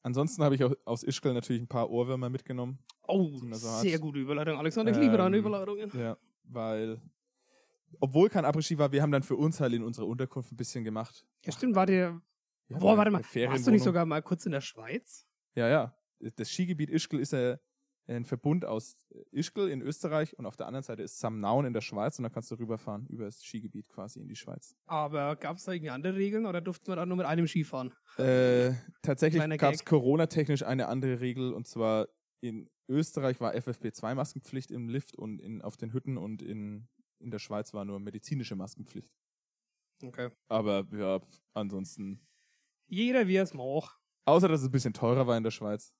Speaker 1: Ansonsten habe ich au- aus Ischgl natürlich ein paar Ohrwürmer mitgenommen.
Speaker 2: Oh,
Speaker 1: Sind wir so
Speaker 2: sehr
Speaker 1: hart.
Speaker 2: gute Überleitung, Alexander. Ich
Speaker 1: Ähm,
Speaker 2: liebe deine Überleitungen.
Speaker 1: Ja, weil, obwohl kein Abrisski war, wir haben dann für uns halt in unserer Unterkunft ein bisschen gemacht.
Speaker 2: Ja, stimmt, war der.
Speaker 1: Ja,
Speaker 2: boah,
Speaker 1: weil
Speaker 2: warte mal.
Speaker 1: eine
Speaker 2: Warst du nicht
Speaker 1: Ferienwohnung-
Speaker 2: sogar mal kurz in der Schweiz?
Speaker 1: Ja, ja. Das Skigebiet Ischgl ist ja ein Verbund aus Ischgl in Österreich und auf der anderen Seite ist Samnaun in der Schweiz und da kannst du rüberfahren über das Skigebiet quasi in die Schweiz.
Speaker 2: Aber gab es da irgendwie andere Regeln oder durfte man da nur mit einem Ski fahren?
Speaker 1: Äh, tatsächlich
Speaker 2: Kleiner
Speaker 1: gab es
Speaker 2: Gag.
Speaker 1: Corona-technisch eine andere Regel und zwar in Österreich war FFP2-Maskenpflicht im Lift und in, auf den Hütten und in, in der Schweiz war nur medizinische Maskenpflicht.
Speaker 2: Okay.
Speaker 1: Aber ja, ansonsten.
Speaker 2: Jeder, wie er es mag.
Speaker 1: Außer, dass es ein bisschen teurer war in der Schweiz.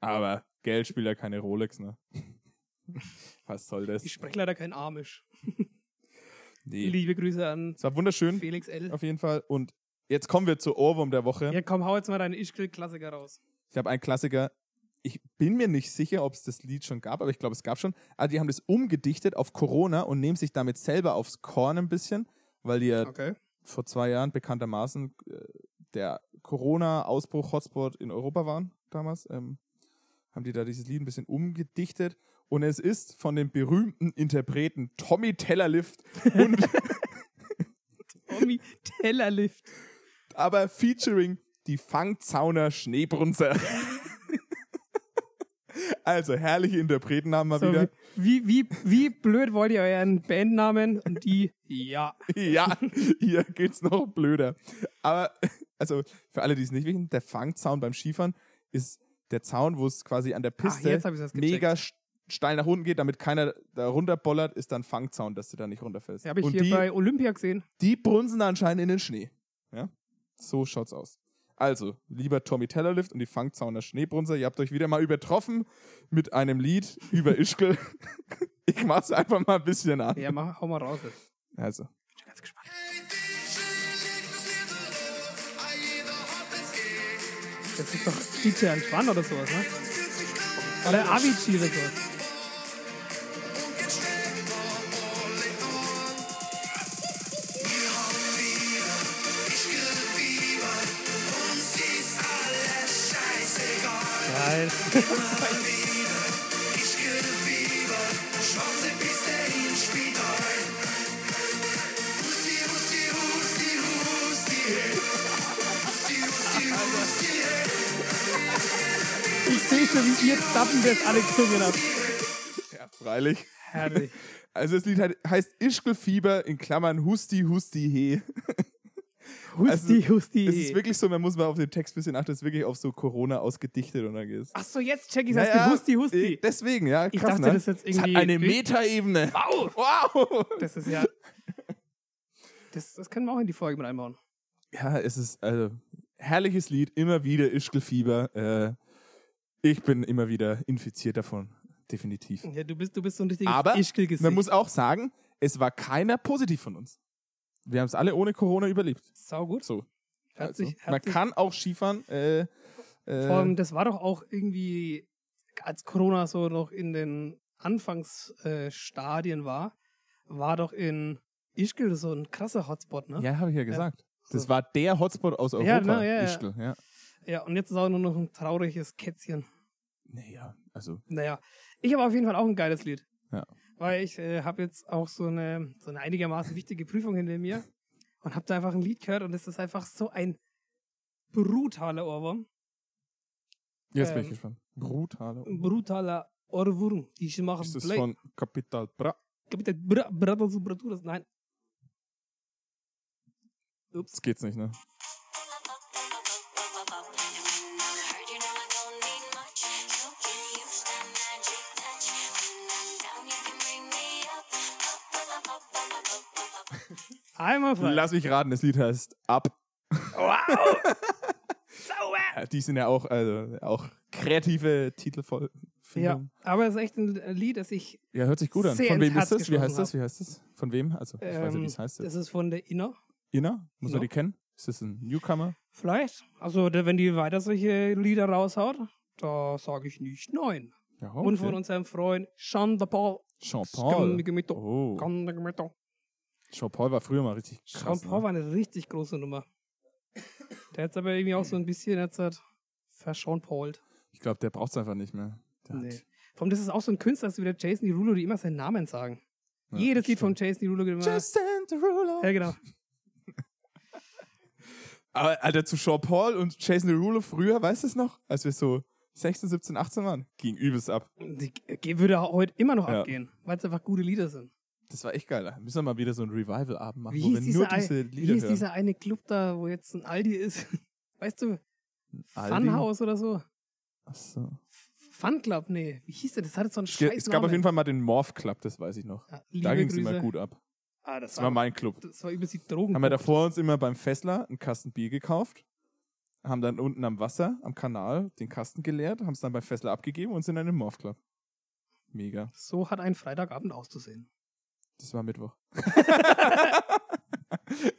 Speaker 1: Aber Geld spielt ja keine Rolex, ne? Was soll das?
Speaker 2: Ich spreche leider kein Amisch.
Speaker 1: Nee.
Speaker 2: Liebe Grüße an
Speaker 1: Es war wunderschön,
Speaker 2: Felix L.
Speaker 1: auf jeden Fall. Und jetzt kommen wir zu Ohrwurm der Woche.
Speaker 2: Ja, komm, hau jetzt mal deinen Ischgl-Klassiker raus.
Speaker 1: Ich habe einen Klassiker. Ich bin mir nicht sicher, ob es das Lied schon gab, aber ich glaube, es gab schon. Aber die haben das umgedichtet auf Corona und nehmen sich damit selber aufs Korn ein bisschen, weil die ja
Speaker 2: Okay.
Speaker 1: vor zwei Jahren bekanntermaßen äh, der Corona-Ausbruch-Hotspot in Europa waren damals, ähm, haben die da dieses Lied ein bisschen umgedichtet. Und es ist von dem berühmten Interpreten Tommy Tellerlift, und,
Speaker 2: Tommy Tellerlift.
Speaker 1: aber featuring die Fangzauner Schneebrunzer. also herrliche Interpreten haben wir
Speaker 2: So,
Speaker 1: wieder.
Speaker 2: wie, wie, wie blöd wollt ihr euren Bandnamen? Und die, ja.
Speaker 1: Ja, hier geht's noch blöder. Aber, also, für alle, die es nicht wissen, der Fangzaun beim Skifahren ist der Zaun, wo es quasi an der
Speaker 2: Ach,
Speaker 1: Piste
Speaker 2: Ah, jetzt habe ich das gecheckt.
Speaker 1: mega st- steil nach unten geht, damit keiner da runterbollert, ist dann Fangzaun, dass du da nicht runterfällst.
Speaker 2: Das habe ich
Speaker 1: Und
Speaker 2: hier
Speaker 1: die,
Speaker 2: bei Olympia gesehen.
Speaker 1: die brunsen anscheinend in den Schnee. Ja? So schaut's aus. Also, lieber Tommy Tellerlift und die Fangzauner Schneebrunzer, ihr habt euch wieder mal übertroffen mit einem Lied über Ischgl. ich mach's einfach mal ein bisschen an.
Speaker 2: Ja, mach, hau mal raus jetzt.
Speaker 1: Also.
Speaker 2: Ich bin ganz gespannt. Das ist doch DJ Antoine oder sowas, ne? Oder Avicii oder sowas. Geil. Ich sehe schon, wie ihr Dappen das alle gesungen habt.
Speaker 1: Ja, freilich.
Speaker 2: Herrlich.
Speaker 1: Also das Lied he- heißt Ischgl Fieber in Klammern Husti Husti He.
Speaker 2: Husti, Husti.
Speaker 1: Es ist wirklich so, man muss mal auf den Text ein bisschen achten, es ist wirklich auf so Corona ausgedichtet und dann geht's.
Speaker 2: Ach so, jetzt check ich's erst mit Husti, Husti.
Speaker 1: äh, Deswegen, ja, krass,
Speaker 2: Ich dachte,
Speaker 1: ne?
Speaker 2: das ist jetzt
Speaker 1: es hat
Speaker 2: irgendwie-
Speaker 1: eine Metaebene.
Speaker 2: Wow!
Speaker 1: Wow!
Speaker 2: Das ist ja. Das, das können wir auch in die Folge mit einbauen.
Speaker 1: Ja, es ist, also, herrliches Lied, immer wieder Ischgelfieber. Äh, ich bin immer wieder infiziert davon, definitiv.
Speaker 2: Ja, du bist, du bist so ein richtiges
Speaker 1: Aber
Speaker 2: Ischkel-Gesicht.
Speaker 1: Man muss auch sagen, es war keiner positiv von uns. Wir haben es alle ohne Corona überlebt.
Speaker 2: Sau gut.
Speaker 1: So.
Speaker 2: Hat
Speaker 1: Also,
Speaker 2: sich- hat
Speaker 1: man
Speaker 2: sich-
Speaker 1: kann auch Skifahren. Äh, äh,
Speaker 2: Vor allem, das war doch auch irgendwie, als Corona so noch in den Anfangsstadien äh, Stadien war, war doch in Ischgl so ein krasser Hotspot, ne?
Speaker 1: ja, habe ich ja gesagt. Das
Speaker 2: So.
Speaker 1: war der Hotspot aus Europa,
Speaker 2: Ja, ne, ja, ja.
Speaker 1: Ischgl. Ja.
Speaker 2: ja, und jetzt ist auch nur noch ein trauriges Kätzchen.
Speaker 1: Naja, also
Speaker 2: Naja, ich habe auf jeden Fall auch ein geiles Lied.
Speaker 1: Ja.
Speaker 2: Weil ich äh, habe jetzt auch so eine, so eine einigermaßen wichtige Prüfung hinter mir und habe da einfach ein Lied gehört und es ist einfach so ein brutaler Ohrwurm.
Speaker 1: jetzt bin
Speaker 2: Ähm,
Speaker 1: ich gespannt. Brutale.
Speaker 2: Ein brutaler Ohrwurm. Die ich mache
Speaker 1: Ist das
Speaker 2: Play.
Speaker 1: von Capital Bra?
Speaker 2: Kapitel Bra- Bratas und Braturas. Nein. Ups.
Speaker 1: Das geht's nicht, ne?
Speaker 3: Heard you know I don't need much, so can use that magic touch. When I'm down, you can bring me up, up, up, up, up, up, up, up, up.
Speaker 2: Einmal frei.
Speaker 1: Lass mich raten, das Lied heißt Ab.
Speaker 2: Wow. Sauer.
Speaker 1: Die sind ja auch, also, auch kreative Titel voll.
Speaker 2: Ja, aber es ist echt ein Lied, das ich.
Speaker 1: ja, hört sich gut an.
Speaker 2: Sehr
Speaker 1: Von
Speaker 2: ins
Speaker 1: wem
Speaker 2: Herz
Speaker 1: ist das? Wie
Speaker 2: geschlossen
Speaker 1: heißt das?
Speaker 2: hab.
Speaker 1: Wie heißt das? Von wem? Also, ich weiß ja,
Speaker 2: ähm,
Speaker 1: wie es heißt.
Speaker 2: Das ist von der Inner.
Speaker 1: Inna? Muss man
Speaker 2: Ja.
Speaker 1: die kennen? Ist das ein Newcomer?
Speaker 2: Vielleicht. Also, da- wenn die weiter solche Lieder raushaut, da sage ich nicht nein.
Speaker 1: Ja,
Speaker 2: Und von unserem Freund Sean de Paul.
Speaker 1: Jean-Paul.
Speaker 2: Skammigemitto.
Speaker 1: Oh.
Speaker 2: Skammigemitto.
Speaker 1: Jean-Paul war früher mal richtig
Speaker 2: Sean
Speaker 1: krass.
Speaker 2: Paul
Speaker 1: ne?
Speaker 2: war eine richtig große Nummer. Der hat aber irgendwie auch so ein bisschen jetzt halt verschaun Pault.
Speaker 1: Ich glaube, der braucht's einfach nicht mehr. Der
Speaker 2: Nee.
Speaker 1: hat-
Speaker 2: Vor allem, das ist auch so ein Künstler, das ist wieder Jason Derulo, die immer seinen Namen sagen.
Speaker 1: ja,
Speaker 2: Jedes Lied von
Speaker 1: stimmt.
Speaker 2: Jason Derulo geht immer.
Speaker 1: Justin Derulo.
Speaker 2: ja, genau.
Speaker 1: Aber, Alter, zu Sean Paul und Jason Derulo früher, weißt du es noch? Als wir so 16, 17, 18 waren, ging übelst ab.
Speaker 2: Die die würde heute immer noch
Speaker 1: Ja.
Speaker 2: abgehen, weil es einfach gute Lieder sind.
Speaker 1: Das war echt geil. Da Müssen wir mal wieder so ein Revival-Abend machen,
Speaker 2: Wie
Speaker 1: wo wir
Speaker 2: hieß,
Speaker 1: nur
Speaker 2: dieser, ei-
Speaker 1: diese
Speaker 2: wie
Speaker 1: Lieder
Speaker 2: hieß
Speaker 1: hören.
Speaker 2: dieser eine Club da, wo jetzt ein Aldi ist? Weißt du,
Speaker 1: Aldi?
Speaker 2: Funhouse oder so?
Speaker 1: Ach so.
Speaker 2: Fun Club, nee. Wie hieß der? Das hatte so einen
Speaker 1: Es,
Speaker 2: scheiß
Speaker 1: ge- es gab auf jeden Fall mal den Morph Club, das weiß ich noch.
Speaker 2: Fall.
Speaker 1: da ging es immer gut ab.
Speaker 2: Ah, das,
Speaker 1: Das war
Speaker 2: war,
Speaker 1: mein Club.
Speaker 2: das war übelst die Drogen.
Speaker 1: Haben wir davor uns immer beim Fessler einen Kasten Bier gekauft, haben dann unten am Wasser, am Kanal, den Kasten geleert, haben es dann beim Fessler abgegeben und sind dann im Morph Club. Mega.
Speaker 2: So hat ein Freitagabend auszusehen.
Speaker 1: Das war Mittwoch.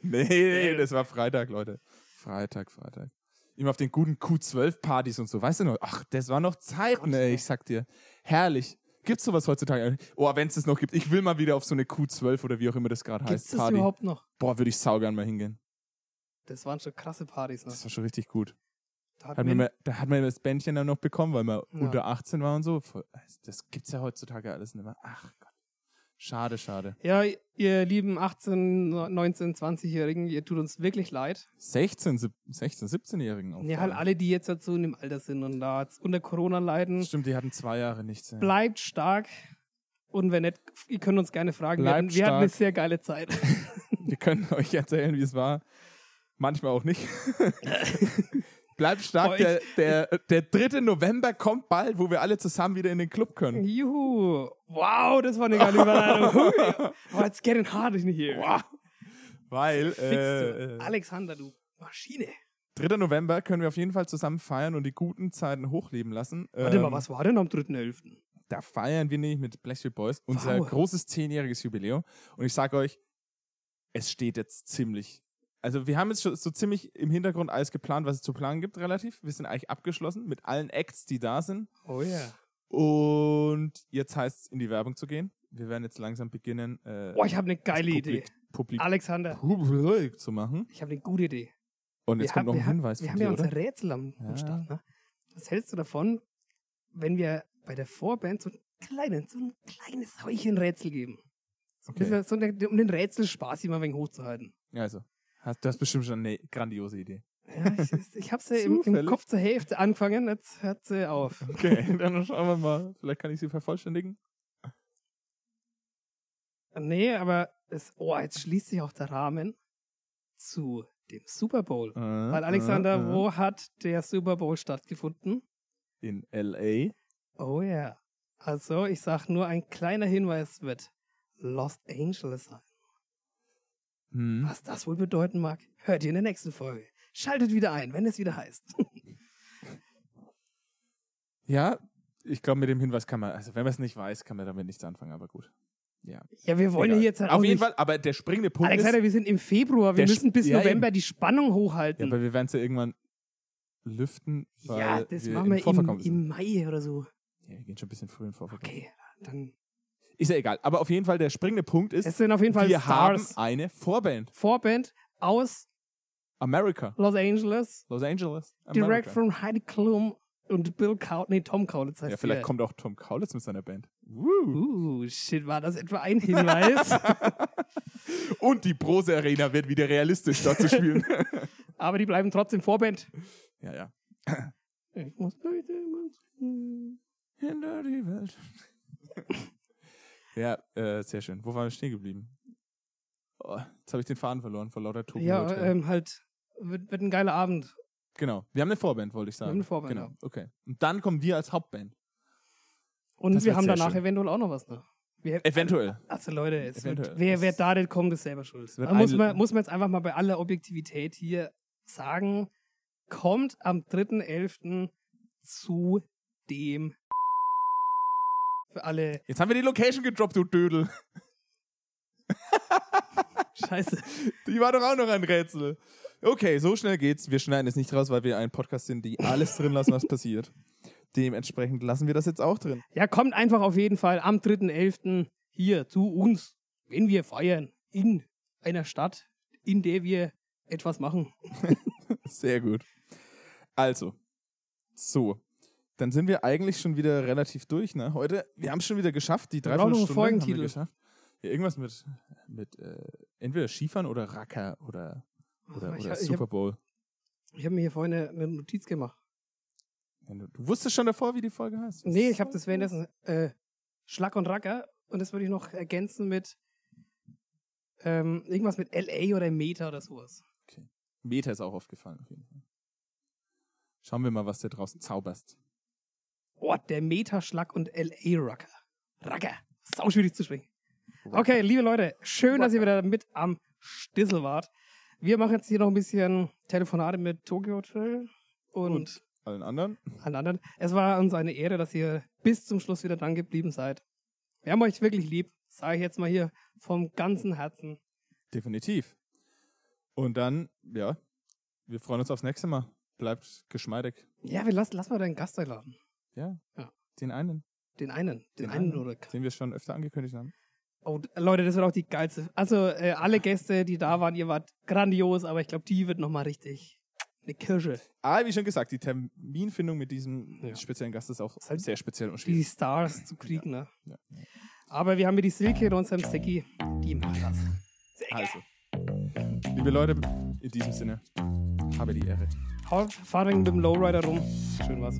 Speaker 1: nee, nee, das war Freitag, Leute. Freitag, Freitag. Immer auf den guten Q12-Partys und so. Weißt du noch? Ach, das war noch Zeiten, ey, ich sag dir. Herrlich. Gibt's sowas heutzutage? eigentlich? Oh, wenn's das noch gibt. Ich will mal wieder auf so eine Q12 oder wie auch immer das gerade
Speaker 2: Gibt es
Speaker 1: heißt.
Speaker 2: das
Speaker 1: Party.
Speaker 2: überhaupt noch?
Speaker 1: Boah, würde ich saugern mal hingehen.
Speaker 2: Das waren schon krasse Partys. Ne?
Speaker 1: Das war schon richtig gut.
Speaker 2: Da hat
Speaker 1: Hat man
Speaker 2: man,
Speaker 1: immer, da hat man immer das Bändchen dann noch bekommen, weil man
Speaker 2: Ja.
Speaker 1: unter 18 war und so. Voll- Das gibt's ja heutzutage alles nicht mehr. Ach Gott. Schade, schade.
Speaker 2: ja, ihr lieben 18, 19, 20-Jährigen, ihr tut uns wirklich leid.
Speaker 1: 16, sieb- 16 17-Jährigen auch.
Speaker 2: Ja,
Speaker 1: vor
Speaker 2: halt
Speaker 1: allem.
Speaker 2: alle, die jetzt halt so in dem Alter sind und da jetzt unter Corona leiden.
Speaker 1: Stimmt, die hatten zwei Jahre nichts. ja.
Speaker 2: Bleibt stark. Und wenn nicht, ihr könnt uns gerne fragen. wir
Speaker 1: Bleibt
Speaker 2: hatten, wir hatten
Speaker 1: stark.
Speaker 2: eine sehr geile Zeit.
Speaker 1: Wir können euch erzählen, wie es war. Manchmal auch nicht. Bleibt
Speaker 2: Boah,
Speaker 1: stark.
Speaker 2: ich-
Speaker 1: Der, der, der 3. November kommt bald, wo wir alle zusammen wieder in den Club können.
Speaker 2: Juhu. Wow, das war eine geile Überleitung. oh, it's getting hard in here.
Speaker 1: Boah. Weil
Speaker 2: Fix, du.
Speaker 1: äh, Ähm. äh,
Speaker 2: Alexander, du Maschine.
Speaker 1: 3. November können wir auf jeden Fall zusammen feiern und die guten Zeiten hochleben lassen.
Speaker 2: Warte
Speaker 1: Ähm,
Speaker 2: mal, was war denn am 3.11.?
Speaker 1: Da feiern wir nämlich mit Blackstreet Boys unser
Speaker 2: Wow.
Speaker 1: großes zehnjähriges Jubiläum. Und ich sage euch, es steht jetzt ziemlich. Also wir haben jetzt schon so ziemlich im Hintergrund alles geplant, was es zu planen gibt, relativ. Wir sind eigentlich abgeschlossen mit allen Acts, die da sind.
Speaker 2: Oh ja. Yeah.
Speaker 1: Und jetzt heißt es, in die Werbung zu gehen. Wir werden jetzt langsam beginnen, äh,
Speaker 2: Oh, ich habe eine geile Idee.
Speaker 1: Publik,
Speaker 2: Alexander,
Speaker 1: Publik zu machen.
Speaker 2: ich habe eine gute Idee.
Speaker 1: Und jetzt
Speaker 2: wir
Speaker 1: kommt noch ein
Speaker 2: haben,
Speaker 1: Hinweis
Speaker 2: wir
Speaker 1: von
Speaker 2: haben, wir
Speaker 1: dir,
Speaker 2: haben ja
Speaker 1: oder?
Speaker 2: unser Rätsel am, am
Speaker 1: Ja.
Speaker 2: Start. Ne? Was hältst du davon, wenn wir bei der Vorband so ein kleines, so ein kleines Räuchenrätsel geben? So ein
Speaker 1: Okay.
Speaker 2: bisschen, so ein- um den Rätselspaß immer ein wenig hochzuhalten.
Speaker 1: Ja, Also, hast, du hast bestimmt schon eine grandiose Idee.
Speaker 2: Ja, ich, ich hab's ja im, im
Speaker 1: Zufällig.
Speaker 2: Kopf zur Hälfte angefangen, jetzt hört sie
Speaker 1: Okay,
Speaker 2: auf.
Speaker 1: dann schauen wir mal. Vielleicht kann ich sie vervollständigen.
Speaker 2: Nee, aber es, oh, jetzt schließt sich auch der Rahmen zu dem Super Bowl.
Speaker 1: Äh,
Speaker 2: Weil Alexander,
Speaker 1: äh, äh.
Speaker 2: wo hat der Super Bowl stattgefunden?
Speaker 1: In L.A.
Speaker 2: Oh ja. Also, ich sag nur ein kleiner Hinweis wird Los Angeles sein.
Speaker 1: Hm.
Speaker 2: Was das wohl bedeuten mag, hört ihr in der nächsten Folge. Schaltet wieder ein, wenn es wieder heißt.
Speaker 1: Ja, ich glaube, mit dem Hinweis kann man, also wenn man es nicht weiß, kann man damit nichts anfangen, aber gut.
Speaker 2: Ja, wir wollen
Speaker 1: Egal.
Speaker 2: hier jetzt halt auch
Speaker 1: Auf jeden
Speaker 2: nicht-
Speaker 1: Fall, aber der springende Punkt
Speaker 2: Alexander,
Speaker 1: ist,
Speaker 2: wir sind im Februar. Wir
Speaker 1: Der
Speaker 2: müssen bis
Speaker 1: Sp- ja,
Speaker 2: November die Spannung
Speaker 1: ja,
Speaker 2: hochhalten.
Speaker 1: aber wir werden es ja irgendwann lüften, weil
Speaker 2: Ja, das
Speaker 1: wir
Speaker 2: machen
Speaker 1: im
Speaker 2: wir im,
Speaker 1: Vorverkauf sind.
Speaker 2: im Mai oder so.
Speaker 1: Ja, wir gehen schon ein bisschen früh in den Vorverkauf.
Speaker 2: Okay, dann.
Speaker 1: Ist ja egal, aber auf jeden Fall, der springende Punkt ist,
Speaker 2: Es sind auf jeden Fall
Speaker 1: wir
Speaker 2: Stars.
Speaker 1: haben eine Vorband.
Speaker 2: Vorband aus
Speaker 1: America,
Speaker 2: Los Angeles,
Speaker 1: Los Angeles, America.
Speaker 2: direkt von Heidi Klum und Bill Kautz, nee, Tom Kautz heißt
Speaker 1: ja, vielleicht
Speaker 2: der.
Speaker 1: kommt auch Tom Kaulitz mit seiner Band. Woo.
Speaker 2: Uh, shit, war das etwa ein Hinweis?
Speaker 1: Und die Brose Arena wird wieder realistisch dort zu spielen.
Speaker 2: Aber die bleiben trotzdem Vorband.
Speaker 1: ja, ja.
Speaker 2: Ich muss Äh,
Speaker 1: Hinter die Welt. ja, äh, sehr schön. Wo waren wir stehen geblieben? Oh, jetzt habe ich den Faden verloren vor lauter Tobi.
Speaker 2: ja, ähm, halt, wird, wird ein geiler Abend.
Speaker 1: genau. Wir haben eine Vorband, wollte ich sagen.
Speaker 2: haben eine Vorband,
Speaker 1: Genau.
Speaker 2: ja.
Speaker 1: Okay. Und dann kommen wir als Hauptband.
Speaker 2: Und
Speaker 1: Das
Speaker 2: wir
Speaker 1: wird
Speaker 2: haben
Speaker 1: sehr
Speaker 2: danach
Speaker 1: schön.
Speaker 2: eventuell auch noch was. Ne? Wir,
Speaker 1: Eventuell.
Speaker 2: also Leute, es wird,
Speaker 1: Eventuell.
Speaker 2: wer,
Speaker 1: Es-
Speaker 2: wer da nicht kommt, ist selber schuld.
Speaker 1: wird
Speaker 2: Da muss,
Speaker 1: ein-
Speaker 2: man, muss man jetzt einfach mal bei aller Objektivität hier sagen, kommt am 3.11. zu dem für alle
Speaker 1: Jetzt haben wir die Location gedroppt, du Dödel.
Speaker 2: Scheiße.
Speaker 1: Die war doch auch noch ein Rätsel. Okay, so schnell geht's. Wir schneiden es nicht raus, weil wir ein Podcast sind, die alles drin lassen, was passiert. Dementsprechend lassen wir das jetzt auch drin.
Speaker 2: Ja, kommt einfach auf jeden Fall am 3.11. hier zu uns, wenn wir feiern, in einer Stadt, in der wir etwas machen.
Speaker 1: Sehr gut. Also, so. Dann sind wir eigentlich schon wieder relativ durch, ne? Heute, wir haben es schon wieder geschafft, die
Speaker 2: Wir brauchen noch einen
Speaker 1: Dreiviertelstunde haben wir
Speaker 2: Folgentitel.
Speaker 1: geschafft. Ja, irgendwas mit, mit äh, entweder Skifahren oder Racker oder, oder,
Speaker 2: ich
Speaker 1: oder
Speaker 2: hab- ich
Speaker 1: Super
Speaker 2: hab-
Speaker 1: Bowl.
Speaker 2: Ich habe mir hier vorhin eine, eine Notiz gemacht.
Speaker 1: Ja, Du, du wusstest schon davor, wie die Folge heißt?
Speaker 2: Nee, ich habe das währenddessen äh, Schlag und Racker und das würde ich noch ergänzen mit ähm, irgendwas mit LA oder Meta oder sowas.
Speaker 1: Meta ist auch aufgefallen, auf jeden Fall. Schauen wir mal, was du draußen zauberst.
Speaker 2: Oh, der Meta-Schlag und LA-Racker. Racker. Sau schwierig zu schwingen. Okay, liebe Leute, schön, dass ihr wieder mit am Stissel wart. Wir machen jetzt hier noch ein bisschen Telefonate mit Tokyo Hotel und,
Speaker 1: Und? Allen anderen?
Speaker 2: allen anderen. Es war uns eine Ehre, dass ihr bis zum Schluss wieder dran geblieben seid. Wir haben euch wirklich lieb, sage ich jetzt mal hier vom ganzen Herzen.
Speaker 1: Definitiv. Und dann, ja, wir freuen uns aufs nächste Mal. Bleibt geschmeidig.
Speaker 2: Ja, wir lassen, lass mal deinen Gast einladen.
Speaker 1: Ja.
Speaker 2: Ja.
Speaker 1: Den einen,
Speaker 2: Den einen, den, einen oder
Speaker 1: den wir schon öfter angekündigt haben.
Speaker 2: Oh, Leute, das wird auch die geilste. Also äh, alle Gäste, die da waren, ihr wart grandios, aber ich glaube, die wird nochmal richtig eine Kirsche.
Speaker 1: Ah, wie schon gesagt, die Terminfindung mit diesem
Speaker 2: Ja.
Speaker 1: speziellen Gast ist auch
Speaker 2: Ist halt
Speaker 1: sehr speziell und
Speaker 2: die
Speaker 1: schwierig.
Speaker 2: Stars zu kriegen. Ne?
Speaker 1: Ja, ja.
Speaker 2: Aber wir haben hier die Silke in unserem Säcki, die macht das.
Speaker 1: Also, liebe Leute, in diesem Sinne, habe die Ehre.
Speaker 2: Hau- Fahr wegen mit dem Lowrider rum. Schön was.